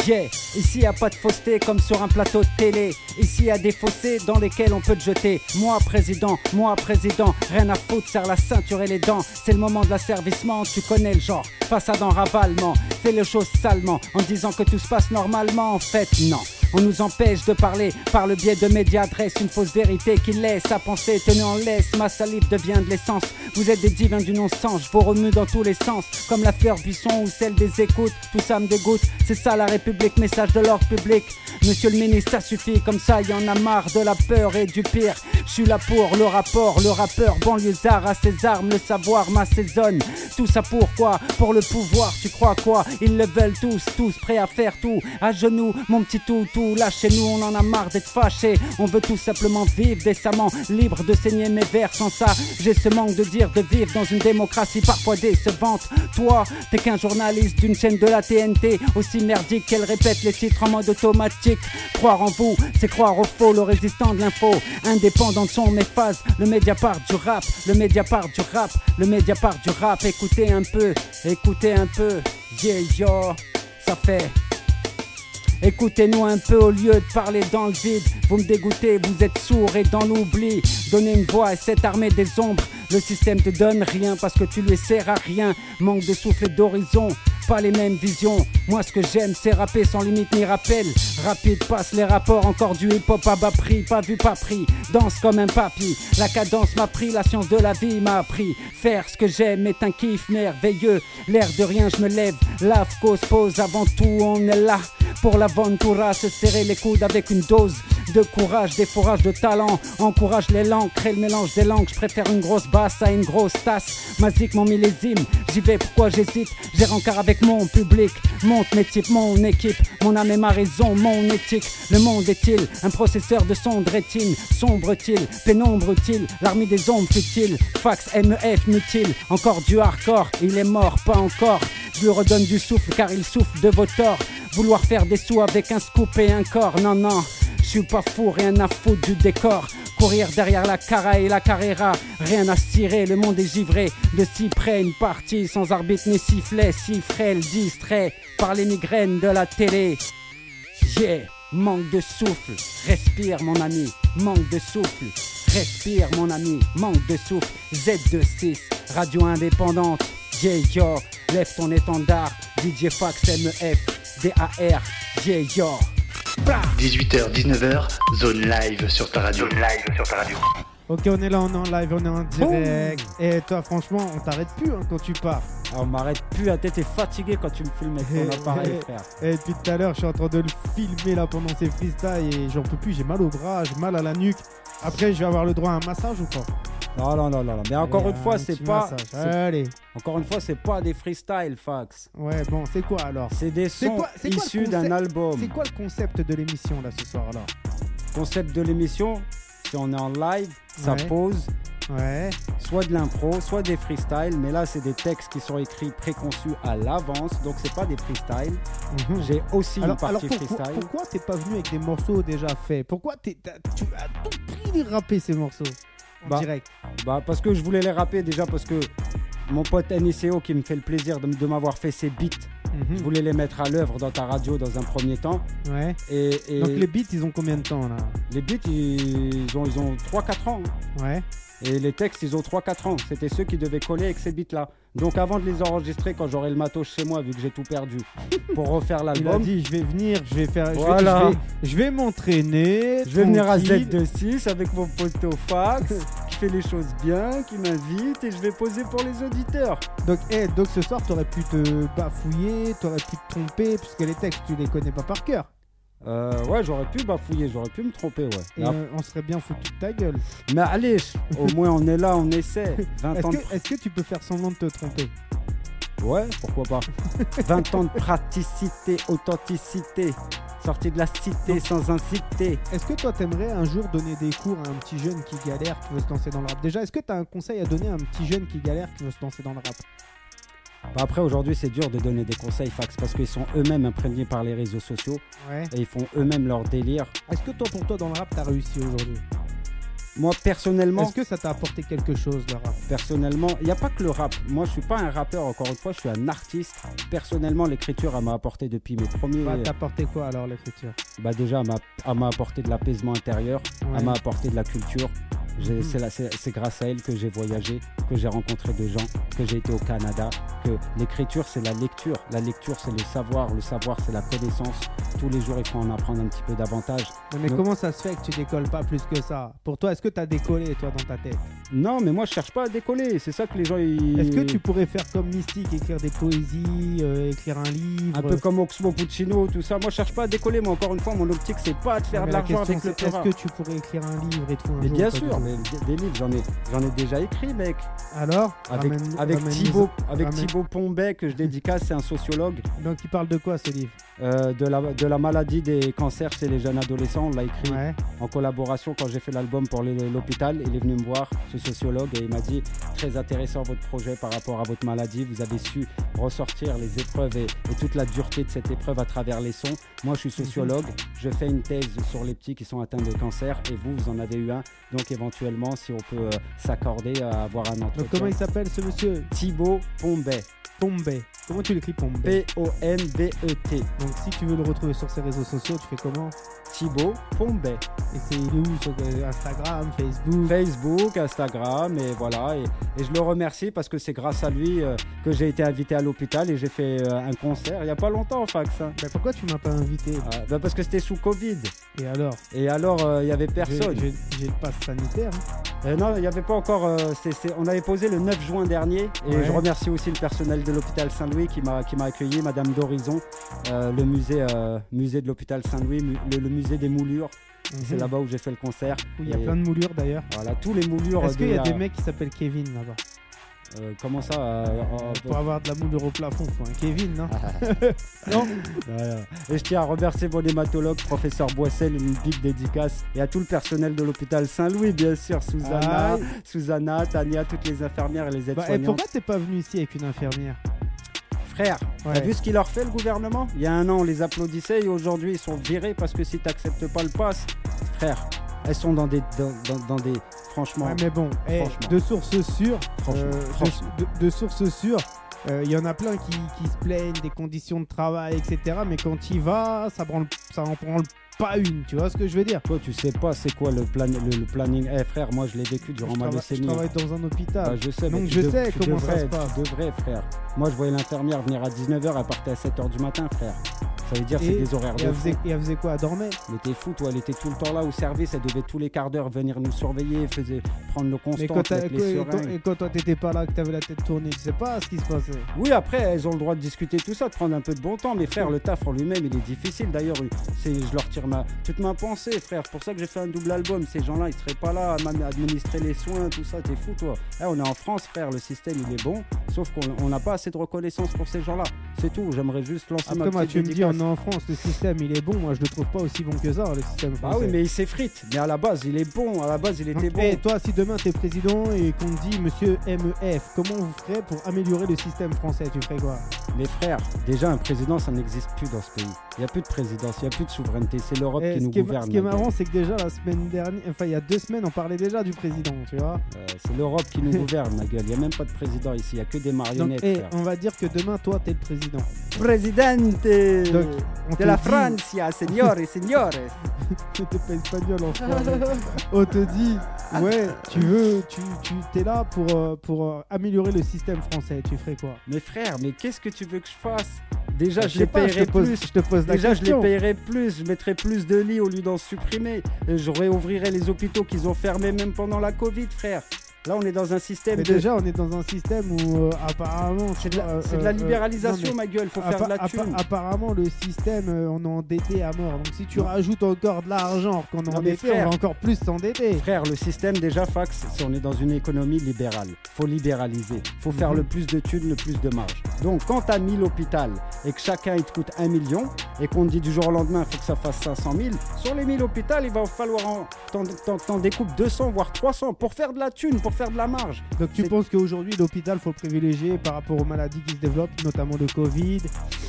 Yeah, ici y a pas de fausseté comme sur un plateau de télé. Ici y a des fossés dans lesquels on peut te jeter. Moi président, moi président, rien à foutre, serre la ceinture et les dents. C'est le moment de l'asservissement, tu connais le genre. Façade en ravalement, fais les choses salement en disant que tout se passe normalement. En fait, non. On nous empêche de parler par le biais de médias dresse une fausse vérité qui laisse à penser tenue en laisse. Ma salive devient de l'essence. Vous êtes des divins du non-sens, je vous remue dans tous les sens. Comme la fleur buisson ou celle des écoutes, tout ça me dégoûte. C'est ça la République, message de l'ordre public. Monsieur le ministre, ça suffit, comme ça y en a marre de la peur et du pire. Je suis là pour le rapport, le rappeur, banlieusard à ses armes, le savoir m'assaisonne. Tout ça pourquoi Pour le pouvoir, tu crois quoi Ils le veulent tous, tous prêts à faire tout. À genoux, mon petit tout, tout, lâchez-nous, on en a marre d'être fâchés. On veut tout simplement vivre décemment, libre de saigner mes vers sans ça. J'ai ce manque de dire de vivre dans une démocratie parfois décevante. Toi, t'es qu'un journaliste d'une chaîne de la TNT, aussi merdique qu'elle répète les titres en mode automatique. Croire en vous, c'est croire au faux, le résistant de l'info. Indépendant de son méphase, le Mediapart du rap, le Mediapart du rap, le Mediapart du rap. Écoutez un peu, écoutez un peu, yeah yo, ça fait. Écoutez-nous un peu au lieu de parler dans le vide. Vous me dégoûtez, vous êtes sourds et dans l'oubli. Donnez une voix à cette armée des ombres. Le système te donne rien parce que tu lui sers à rien. Manque de souffle et d'horizon, pas les mêmes visions. Moi ce que j'aime c'est rapper sans limite ni rappel. Rapide passe les rapports, encore du hip-hop à bas prix, pas vu pas pris. Danse comme un papy, la cadence m'a pris, la science de la vie m'a appris. Faire ce que j'aime est un kiff merveilleux. L'air de rien, je me lève. Lave, cause, pose, avant tout on est là. Pour la Ventura, se serrer les coudes avec une dose de courage, des fourrages de talent. Encourage l'élan, crée le mélange des langues. Je préfère une grosse basse à une grosse tasse. Masique, mon millésime, j'y vais, pourquoi j'hésite J'ai rencard avec mon public. Monte mes types, mon équipe. Mon âme et ma raison, mon éthique. Le monde est-il un processeur de sombre rétine Sombre-t-il Pénombre utile L'armée des ombres futile Fax MEF mutile Encore du hardcore, il est mort, pas encore. Je lui redonne du souffle car il souffle de vos torts. Vouloir faire des sous avec un scoop et un corps, non, non. Je suis pas fou, rien à foutre du décor. Courir derrière la cara et la carrera, rien à cirer, le monde est givré. De si près, une partie sans arbitre ni sifflet, si frêle, distrait par les migraines de la télé. Yeah, manque de souffle, respire mon ami, manque de souffle, respire mon ami, manque de souffle, Z26, radio indépendante, yeah yo, lève ton étendard, DJ Fax MEF, DAR, yeah yo. Bra 18h, 19h, zone live sur ta radio. live sur ta radio. Eh, Ok, on est là, on est en live, on est en direct. Et toi, franchement, on t'arrête plus hein, quand tu pars. Ah, on m'arrête plus la tête, t'es fatigué quand tu me filmes avec ton [LAUGHS] appareil, frère. Et Eh, depuis tout à l'heure, je suis en train de le filmer là pendant ces freestyles et j'en peux plus, j'ai mal au bras, j'ai mal à la nuque. Après, je vais avoir le droit à un massage ou pas Non, non, non, non, non. Mais encore Allez, une fois, un c'est petit pas. massage. c'est- Allez. Encore une fois, c'est pas des freestyle fax. Ouais, bon, c'est quoi alors C'est des C'est sons quoi- c'est quoi le issus d'un concept album. C'est quoi le concept de l'émission là ce soir alors Concept de l'émission, si on est en live, ça Ouais. pose Ouais. soit de l'impro, soit des freestyles. Mais là, c'est des textes qui sont écrits préconçus à l'avance, donc c'est pas des freestyles. Mhm. J'ai aussi Alors, une alors partie pour- pour- freestyle. pourquoi t'es pas venu avec des morceaux déjà faits Pourquoi t'es- t'as- tu as tout pris les rapper ces morceaux en Bah, direct Bah parce que je voulais les rapper déjà parce que mon pote NICO qui me fait le plaisir de, m- de m'avoir fait ses beats, Hmm. je voulais les mettre à l'œuvre dans ta radio dans un premier temps. Ouais. Et, et Donc les beats, ils ont combien de temps là les beats ils ont, ils ont 3-4 ans. hein. Ouais. Et les textes ils ont 3-4 ans. C'était ceux qui devaient coller avec ces beats là. Donc avant de les enregistrer quand j'aurai le matos chez moi vu que j'ai [LAUGHS] tout perdu pour refaire Il a l'album. dit, je vais venir, je vais faire, je vais- je Voilà. vais, je vais m'entraîner. Je vais venir à tranquille. Z26 avec mon pote au fax qui fait les choses bien, qui m'invite et je vais poser pour les auditeurs. Donc, eh, donc ce soir, t'aurais pu te bafouiller, t'aurais pu te tromper, puisque les textes, tu les connais pas par cœur. Euh, ouais, j'aurais pu bafouiller, j'aurais pu me tromper, ouais. Et Mais euh, on serait bien foutu de ta gueule. Mais allez, [LAUGHS] au moins on est là, on essaie. 20 Est-ce ans de... que, est-ce que tu peux faire semblant de te tromper Ouais, pourquoi pas. 20 ans de praticité, authenticité. Sorti de la cité sans inciter. Est-ce que toi, t'aimerais un jour donner des cours à un petit jeune qui galère, qui veut se lancer dans le rap Déjà, est-ce que t'as un conseil à donner à un petit jeune qui galère, qui veut se lancer dans le rap Bah après, aujourd'hui, c'est dur de donner des conseils fax parce qu'ils sont eux-mêmes imprégnés par les réseaux sociaux Ouais. et ils font eux-mêmes leur délire. Est-ce que toi, pour toi, dans le rap, t'as réussi aujourd'hui Moi, personnellement, Est-ce que ça t'a apporté quelque chose, le rap personnellement, il n'y a pas que le rap. Moi, je suis pas un rappeur, encore une fois, je suis un artiste. Personnellement, l'écriture, elle m'a apporté depuis mes premiers. Bah, T'as apporté quoi alors, l'écriture Bah, déjà, elle m'a- elle m'a apporté de l'apaisement intérieur. Ouais. Elle m'a apporté de la culture. J'ai- Mhm. C'est la- c'est- c'est grâce à elle que j'ai voyagé, que j'ai rencontré des gens, que j'ai été au Canada, que l'écriture c'est la lecture, la lecture c'est le savoir, le savoir c'est la connaissance. Tous les jours il faut en apprendre un petit peu davantage. Non, mais Non. comment ça se fait que tu décolles pas plus que ça Pour toi, est-ce que t'as décollé, toi, dans ta tête Non mais moi je cherche pas à décoller, c'est ça que les gens ils... Est-ce que tu pourrais faire comme Mystique, écrire des poésies, euh, écrire un livre Un peu comme Oxmo Puccino, tout ça, moi je cherche pas à décoller, mais encore une fois mon optique c'est pas de Non, faire mais de la l'argent question, avec le c'est Est-ce plat. que tu pourrais écrire un livre et tout un Mais jour, bien pas du sûr, tout mais des- des livres j'en ai, j'en ai déjà écrit mec. Alors Avec, ramène- avec ramène-nous- Thibaut, avec ramène- Thibaut Pombet que je dédicace, c'est un sociologue. Donc, il parle de quoi ce livre Euh, de, la, de la maladie des cancers chez les jeunes adolescents. On l'a écrit Ouais. en collaboration quand j'ai fait l'album pour les- l'hôpital. Il est venu me voir, ce sociologue, et il m'a dit Très intéressant votre projet par rapport à votre maladie. Vous avez su ressortir les épreuves et, et toute la dureté de cette épreuve à travers les sons. Moi, je suis sociologue. Je fais une thèse sur les petits qui sont atteints de cancer et vous, vous en avez eu un. Donc, éventuellement, si on peut euh, s'accorder à avoir un Donc, comment entretien. il s'appelle ce monsieur Thibaut Pombet, Pombé. Comment tu l'écris Pombé P-O-M-B-E-T. Donc, si tu veux le retrouver sur ses réseaux sociaux, tu fais comment Thibaut Pombet. Et c'est il est où sur euh, Instagram, Facebook Facebook, Instagram, et voilà. Et, et je le remercie parce que c'est grâce à lui euh, que j'ai été invité à l'hôpital et j'ai fait euh, un concert il n'y a pas longtemps, Fax. hein. Bah, Pourquoi tu m'as pas invité Euh, bah, parce que c'était sous Covid. Et alors Et alors, euh, il n'y avait J'ai- personne. J'ai j'ai le pass sanitaire. hein. Euh, non, il n'y avait pas encore. euh, c'est- c'est- on avait posé le 9 juin dernier. Et Ouais. je remercie aussi le personnel de l'hôpital Saint-Louis qui m'a qui m'a accueilli, Madame Dorison, euh, le musée, euh, musée de l'hôpital Saint-Louis, mu- le, le musée des moulures. C'est Mhm. là-bas où j'ai fait le concert. Où il y a Et plein de moulures d'ailleurs. Voilà, tous les moulures. Est-ce qu'il y a de- des mecs qui s'appellent Kevin là-bas euh, Comment ça euh, en- Pour avoir de la moulure au plafond, faut un Kevin, non Voilà. Et je tiens à remercier mon hématologue, professeur Boissel, une big dédicace, et à tout le personnel de l'hôpital Saint-Louis, bien sûr, Susanna, Ah. Susanna, Tania, toutes les infirmières et les Bah, eh, aides-soignantes. Pourquoi t'es pas venu ici avec une infirmière Frère, Ouais. t'as vu ce qu'il leur fait le gouvernement Il y a un an, on les applaudissait et aujourd'hui, ils sont virés parce que si t'acceptes pas le pass, frère, elles sont dans des. Dans, dans- dans des franchement, Ouais, mais bon, eh, Franchement. de sources sûres, Franchement, euh, de- franchement. De, de sources sûres, euh, il y en a plein qui, qui se plaignent des conditions de travail, etc. Mais quand il va, ça, branle, ça en prend pas une, tu vois ce que je veux dire toi, tu sais pas c'est quoi le, plan, le, le planning. Eh frère, moi, je l'ai vécu durant je, ma trava- je leucémie. travaille dans un hôpital. Bah, je sais, Donc mais tu je dev- sais tu comment ça devrais- se passe. Tu devrais, frère. Moi, je voyais l'infirmière venir à 19h, elle partait à 7h du matin, frère. Ça Ça veut dire c'est des horaires et de elle, fou. faisait, et elle faisait quoi Elle dormait Mais t'es fou, toi, elle était tout le temps là au service, elle devait tous les quarts d'heure venir nous surveiller, faisait prendre le Mais constant, quand, t'as- mettre les et quand- seringues. et quand toi t'étais pas là, que t'avais la tête tournée, tu sais pas ce qui se passait. Oui, après, elles ont le droit de discuter tout ça, de prendre un peu de bon temps. Mais frère, le taf en lui-même, il est difficile. D'ailleurs, euh, c'est- je leur tire ma, toute ma pensée, frère. C'est pour ça que j'ai fait un double album. Ces gens-là, ils seraient pas là à m'administrer les soins, tout ça. T'es fou, toi. Eh, on est en France, frère. Le système, il est bon. Sauf qu'on on n'a pas assez de reconnaissance pour ces gens-là. C'est tout. J'aimerais juste lancer ma Après, moi, petite tu me dis, dédicace. on est en France, le système il est bon. Moi, je le trouve pas aussi bon que ça, le système Ah français. oui, mais il s'effrite. Mais à la base, il est bon. À la base, il était Donc, bon. hey, toi, si demain t'es président et qu'on te dit Monsieur MEF, comment vous ferez pour améliorer le système français Tu ferais quoi Mes frères, déjà, un président, ça n'existe plus dans ce pays. Il n'y a plus de présidence, il n'y a plus de souveraineté. C'est l'Europe Eh, qui ce, nous qui est, ma- gouverne. ce qui est maintenant. marrant, c'est que déjà la semaine dernière, enfin il y a deux semaines, on parlait déjà du président, tu vois. Euh, c'est l'Europe qui nous gouverne, ma gueule. Il n'y a même pas de président ici, il n'y a que des Donc, marionnettes. eh, frère. on va dire que demain, toi, t'es le président. Presidente Donc, on te de la dit- Francia, signore et signore. [LAUGHS] T'es pas espagnol, enfoiré. [LAUGHS] on te dit, ouais, tu veux, tu, tu t'es là pour, euh, pour euh, améliorer le système français. Tu ferais quoi Bah, Mais frère, mais qu'est-ce que tu veux que je fasse Déjà, Je je, sais les pas, je te paierai pose- plus. je te pose la Déjà, je les question. paierai plus. Je mettrai plus de lits au lieu d'en supprimer. Et je réouvrirai les hôpitaux qu'ils ont fermés même pendant la Covid, frère. Là, on est dans un système Mais de. déjà, on est dans un système où euh, apparemment, c'est de, la- euh, c'est de la euh, euh, libéralisation, non, mais ma gueule. Faut faire appa- de la appa- thune. apparemment, le système, euh, on est endetté à mort. Donc, si tu rajoutes encore de l'argent qu'on a Non, mais endetté, on frère. va encore plus s'endetter. Frère, le système déjà fax, c'est on est dans une économie libérale. Faut libéraliser. Faut faire Mhm. le plus de thunes, le plus de marge. Donc quand t'as 1000 hôpitaux et que chacun il te coûte 1 million et qu'on te dit du jour au lendemain faut que ça fasse 500 000, sur les 1000 hôpitaux il va falloir en t'en- t'en t'en découpes 200 voire 300 pour faire de la thune, pour faire de la marge. Donc, tu C'est- penses qu'aujourd'hui, l'hôpital, faut le privilégier par rapport aux maladies qui se développent, notamment le Covid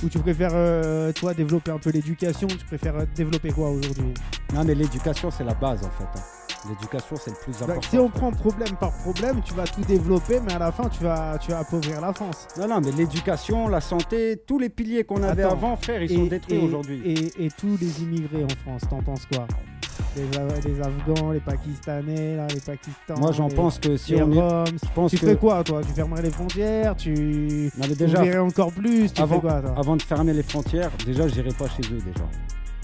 Ou tu préfères, euh, toi, développer un peu l'éducation Tu préfères euh, développer quoi aujourd'hui Non mais l'éducation c'est la base en fait. hein. L'éducation c'est le plus Donc, important. Bah, Si on prend problème par problème, tu vas tout développer, mais à la fin, tu vas, tu vas appauvrir la France. Non non mais l'éducation, la santé, tous les piliers qu'on avait Attends. avant frère, ils sont Et- détruits et- aujourd'hui. Et, et tous les immigrés en France, t'en penses quoi les, A- les Afghans, les Pakistanais, là, les Pakistanais. Moi j'en pense que si les on est... Roms. Je pense Tu que... ferais quoi, toi Tu fermerais les frontières Tu Non, mais déjà, ouvrirais encore plus Tu avant- fais quoi, toi Avant de fermer les frontières, déjà, j'irai pas chez eux déjà.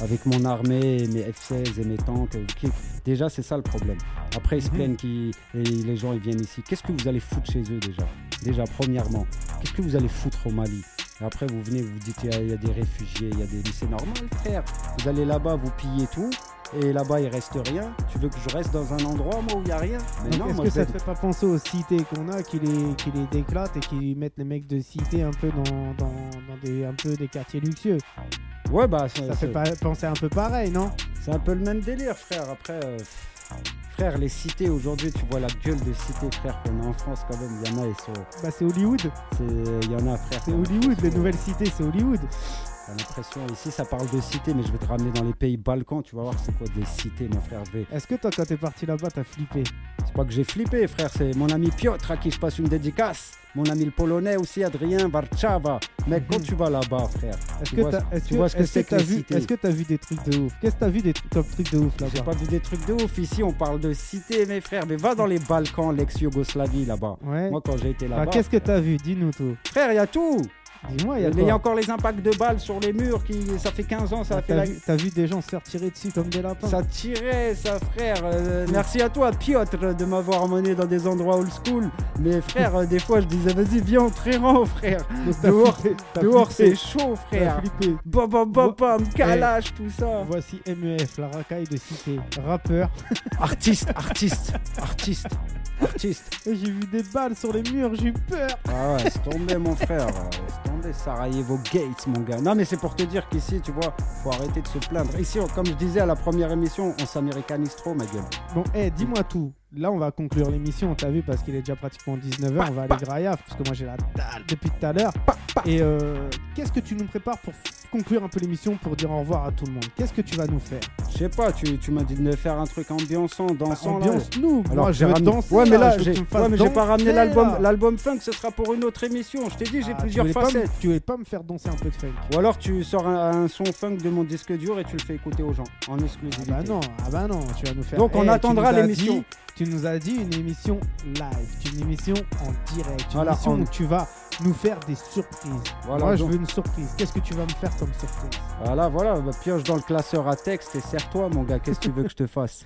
Avec mon armée, et mes F-16 et mes tanks. euh, qui- Déjà, c'est ça le problème. Après, ils se Mhm. plaignent qu'ils- et les gens ils viennent ici. Qu'est-ce que vous allez foutre chez eux déjà Déjà, premièrement, qu'est-ce que vous allez foutre au Mali Et Après, vous venez, vous dites il y a- il y, a des réfugiés, il y a des. mais C'est normal, frère. Vous allez là-bas, vous pillez tout. Et là-bas, il reste rien. Tu veux que je reste dans un endroit, moi, où il n'y a rien Mais Donc, non, Est-ce moi, que je ça vais- te fait pas penser aux cités qu'on a, qui les, qui les déclatent et qui mettent les mecs de cité un peu dans, dans, dans des, un peu des quartiers luxueux Ouais, bah, ça, Ça ça- fait pas penser un peu pareil, non C'est un peu le même délire, frère. Après, euh, frère, les cités aujourd'hui, tu vois la gueule de cités, frère, qu'on a en France quand même. Il y en a, ils sont. Bah c'est Hollywood, c'est- Il y en a, frère. c'est t'as- Hollywood, les t'as- nouvelles cités c'est Hollywood. T'as l'impression, ici, ça parle de cités, mais je vais te ramener dans les pays balkans. Tu vas voir, c'est quoi des cités, mon frère. Je vais- Est-ce que toi quand t'es parti là-bas t'as flippé C'est pas que j'ai flippé, frère. C'est mon ami Piotr à qui je passe une dédicace. Mon ami le polonais aussi, Adrien Varchava. Mec, quand Mhm. tu vas là-bas, frère, Est-ce Tu que vois t'as ce- est-ce tu vois que- ce que est-ce que c'est que t'as les vu cités est-ce que t'as vu des trucs de ouf Qu'est-ce que t'as vu des trucs comme trucs de ouf j'ai là-bas pas vu des trucs de ouf. Ici, on parle de cités, mes frères. Mais va dans les Balkans, l'ex-Yougoslavie, là-bas. Ouais. Moi, quand j'ai été Bah, là-bas. qu'est-ce que t'as vu Dis-nous tout. Frère, il y a tout. Dis-moi, il y a Mais Il y a quoi encore les impacts de balles sur les murs, qui, ça fait 15 ans, Bah, ça a Ah, fait T'as la... vu, t'as vu des gens se faire tirer dessus comme des lapins Ça tirait, ça frère. Euh, merci à toi, Piotr, de m'avoir emmené dans des endroits old school. Mais frère, euh, des fois, je disais, vas-y, viens, on te rend, [LAUGHS] frère. Donc, t'as Dehors, flippé, t'as dehors flippé, c'est hein. chaud, t'as frère. flippé. Bam, bam, bam, bam, calage, tout ça. Voici MEF, la racaille de cité, rappeur. Artiste, artiste, artiste, artiste. Et J'ai vu des balles sur les murs, j'ai eu peur. Ah ouais, c'est tombé, mon frère. C'est tombé, Sarajevo Gates, mon gars. Non, mais c'est pour te dire qu'ici, tu vois, faut arrêter de se plaindre. Ici, on- comme je disais à la première émission, on s'américanise trop, ma gueule. Bon, eh, dis-moi tout. Là, on va conclure l'émission, t'as vu, parce qu'il est déjà pratiquement 19h, on va aller graillaf, parce que moi j'ai la dalle depuis tout à l'heure. Et euh, qu'est-ce que tu nous prépares pour f- conclure un peu l'émission, pour dire au revoir à tout le monde Qu'est-ce que tu vas nous faire Je sais pas, tu, tu m'as dit de me faire un truc ambiançant, dansant. là. Ambiance-nous Alors Bah, Moi, j'ai je veux ramené... danser, Ouais, mais je là, veux que j'ai tu me fasses ouais, mais j'ai pas danser, ramené là. l'album l'album funk, ce sera pour une autre émission. Je t'ai dit, j'ai Ah, plusieurs tu voulais pas me- facettes. Ah, Tu voulais pas me faire danser un peu de funk Ou alors tu sors un, un son funk de mon disque dur et tu le fais écouter aux gens en Ah exclusivité. bah non, ah bah non, tu vas nous faire. Donc, on Eh, tu attendra nous as l'émission. dit- Tu nous as dit une émission live, une émission en direct, une Voilà, émission en- où tu vas nous faire des surprises. Voilà, Moi, donc- je veux une surprise. Qu'est-ce que tu vas me faire comme surprise Voilà, voilà, bah, pioche dans le classeur à texte et serre-toi, mon gars. Qu'est-ce que tu veux que je te fasse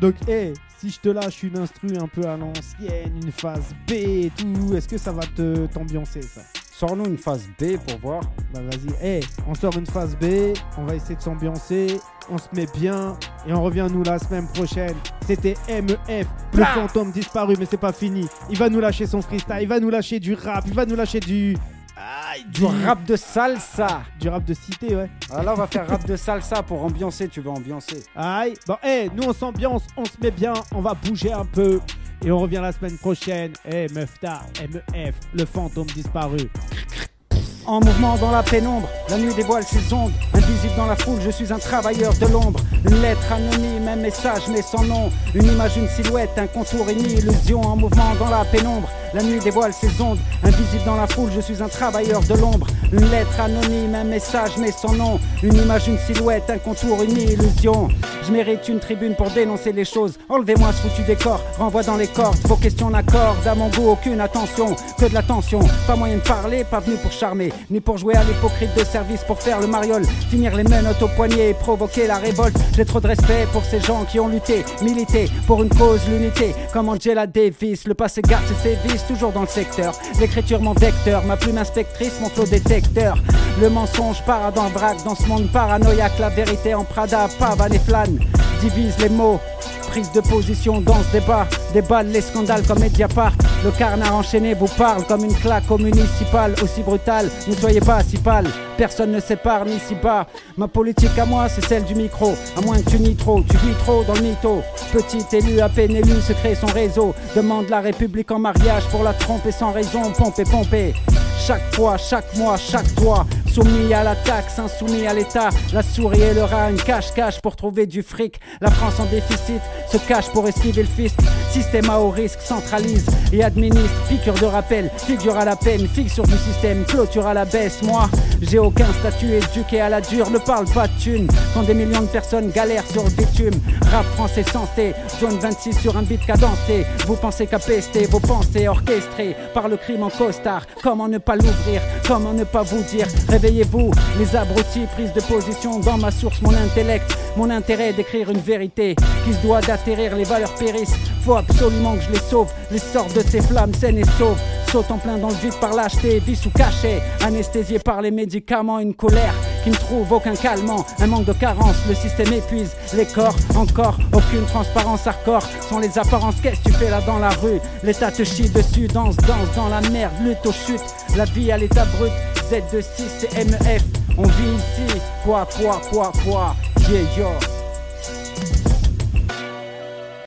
Donc, hey, si je te lâche une instru un peu à l'ancienne, une phase B et tout, est-ce que ça va te t'ambiancer ça Sors-nous une phase B pour voir. Bah vas-y, hey, on sort une phase B, on va essayer de s'ambiancer, on se met bien et on revient nous la semaine prochaine. C'était MEF, le fantôme disparu, mais c'est pas fini. Il va nous lâcher son freestyle, il va nous lâcher du rap, il va nous lâcher du. Aïe, Du rap de salsa Du rap de cité, ouais. Alors là, on va faire rap de salsa pour ambiancer. Tu veux ambiancer Aïe. Bon, hey, nous on s'ambiance, on se met bien, on va bouger un peu. Et on revient la semaine prochaine. Eh, Hey, Meufta, MEF, E le fantôme disparu. En mouvement dans la pénombre, la nuit dévoile ses ondes. Invisible dans la foule, je suis un travailleur de l'ombre. Une lettre anonyme, un message mais sans nom. Une image, une silhouette, un contour, une illusion. En mouvement dans la pénombre, la nuit dévoile ses ondes. Invisible dans la foule, je suis un travailleur de l'ombre. Une lettre anonyme, un message mais sans nom. Une image, une silhouette, un contour, une illusion. Je mérite une tribune pour dénoncer les choses. Enlevez-moi ce foutu décor, renvoie dans les cordes. Vos questions n'accordent à mon goût aucune attention. Que de l'attention, pas moyen de parler, pas venu pour charmer, ni pour jouer à l'hypocrite de service pour faire le mariole. Finir les menottes au poignet et provoquer la révolte. J'ai trop de respect pour ces gens qui ont lutté, milité, pour une cause, l'unité. Comme Angela Davis, le passé garde ses sévices, toujours dans le secteur. L'écriture, mon vecteur, ma plume inspectrice, mon flot détecteur. Le mensonge part dans braque dans ce monde paranoïaque. La vérité en Prada, pavane et flâne. Divise les mots, prise de position dans ce débat. Déballe les scandales comme Mediapart. Le carnard enchaîné vous parle comme une claque au municipal. Aussi brutale, ne soyez pas si pâle. Personne ne sépare ni si bas. Ma politique à moi, c'est celle du micro. À moins que tu nies trop, tu vis trop dans le mytho. Petit élu, à peine élu, se crée son réseau. Demande la République en mariage pour la tromper sans raison. Pomper, pomper. Chaque fois, chaque mois, chaque toit, soumis à la taxe, insoumis à l'État. La souris et le rat, une cache-cache pour trouver du fric. La France en déficit se cache pour esquiver le fisc. Système à haut risque, centralise et administre. Piqûre de rappel, figure à la peine, fixure du système, clôture à la baisse. Moi, j'ai aucun statut éduqué à la dure, ne parle pas de thunes. Quand des millions de personnes galèrent sur le bitume, rap français sensé, zone 26 sur un beat cadencé. Vous pensez qu'à pester vos pensées orchestrées par le crime en costard. Comment ne pas l'ouvrir Comment ne pas vous dire Réveillez-vous, les abrutis, prise de position dans ma source, mon intellect, mon intérêt d'écrire une vérité qui se doit d'atterrir les valeurs périssent. Faut absolument que je les sauve, les sors de ces flammes saines et sauves. Saute en plein dans le vide par lâcheté, vie sous cachet, anesthésié par les médicaments, une colère qui ne trouve aucun calmant, un manque de carence, le système épuise les corps, encore aucune transparence hardcore, sont les apparences, qu'est-ce que tu fais là dans la rue L'état te chie dessus, danse, danse dans la merde, lutte aux chutes, la vie à l'état brut, E Z26 et MEF, on vit ici, quoi, quoi, quoi, quoi, yeah, yo.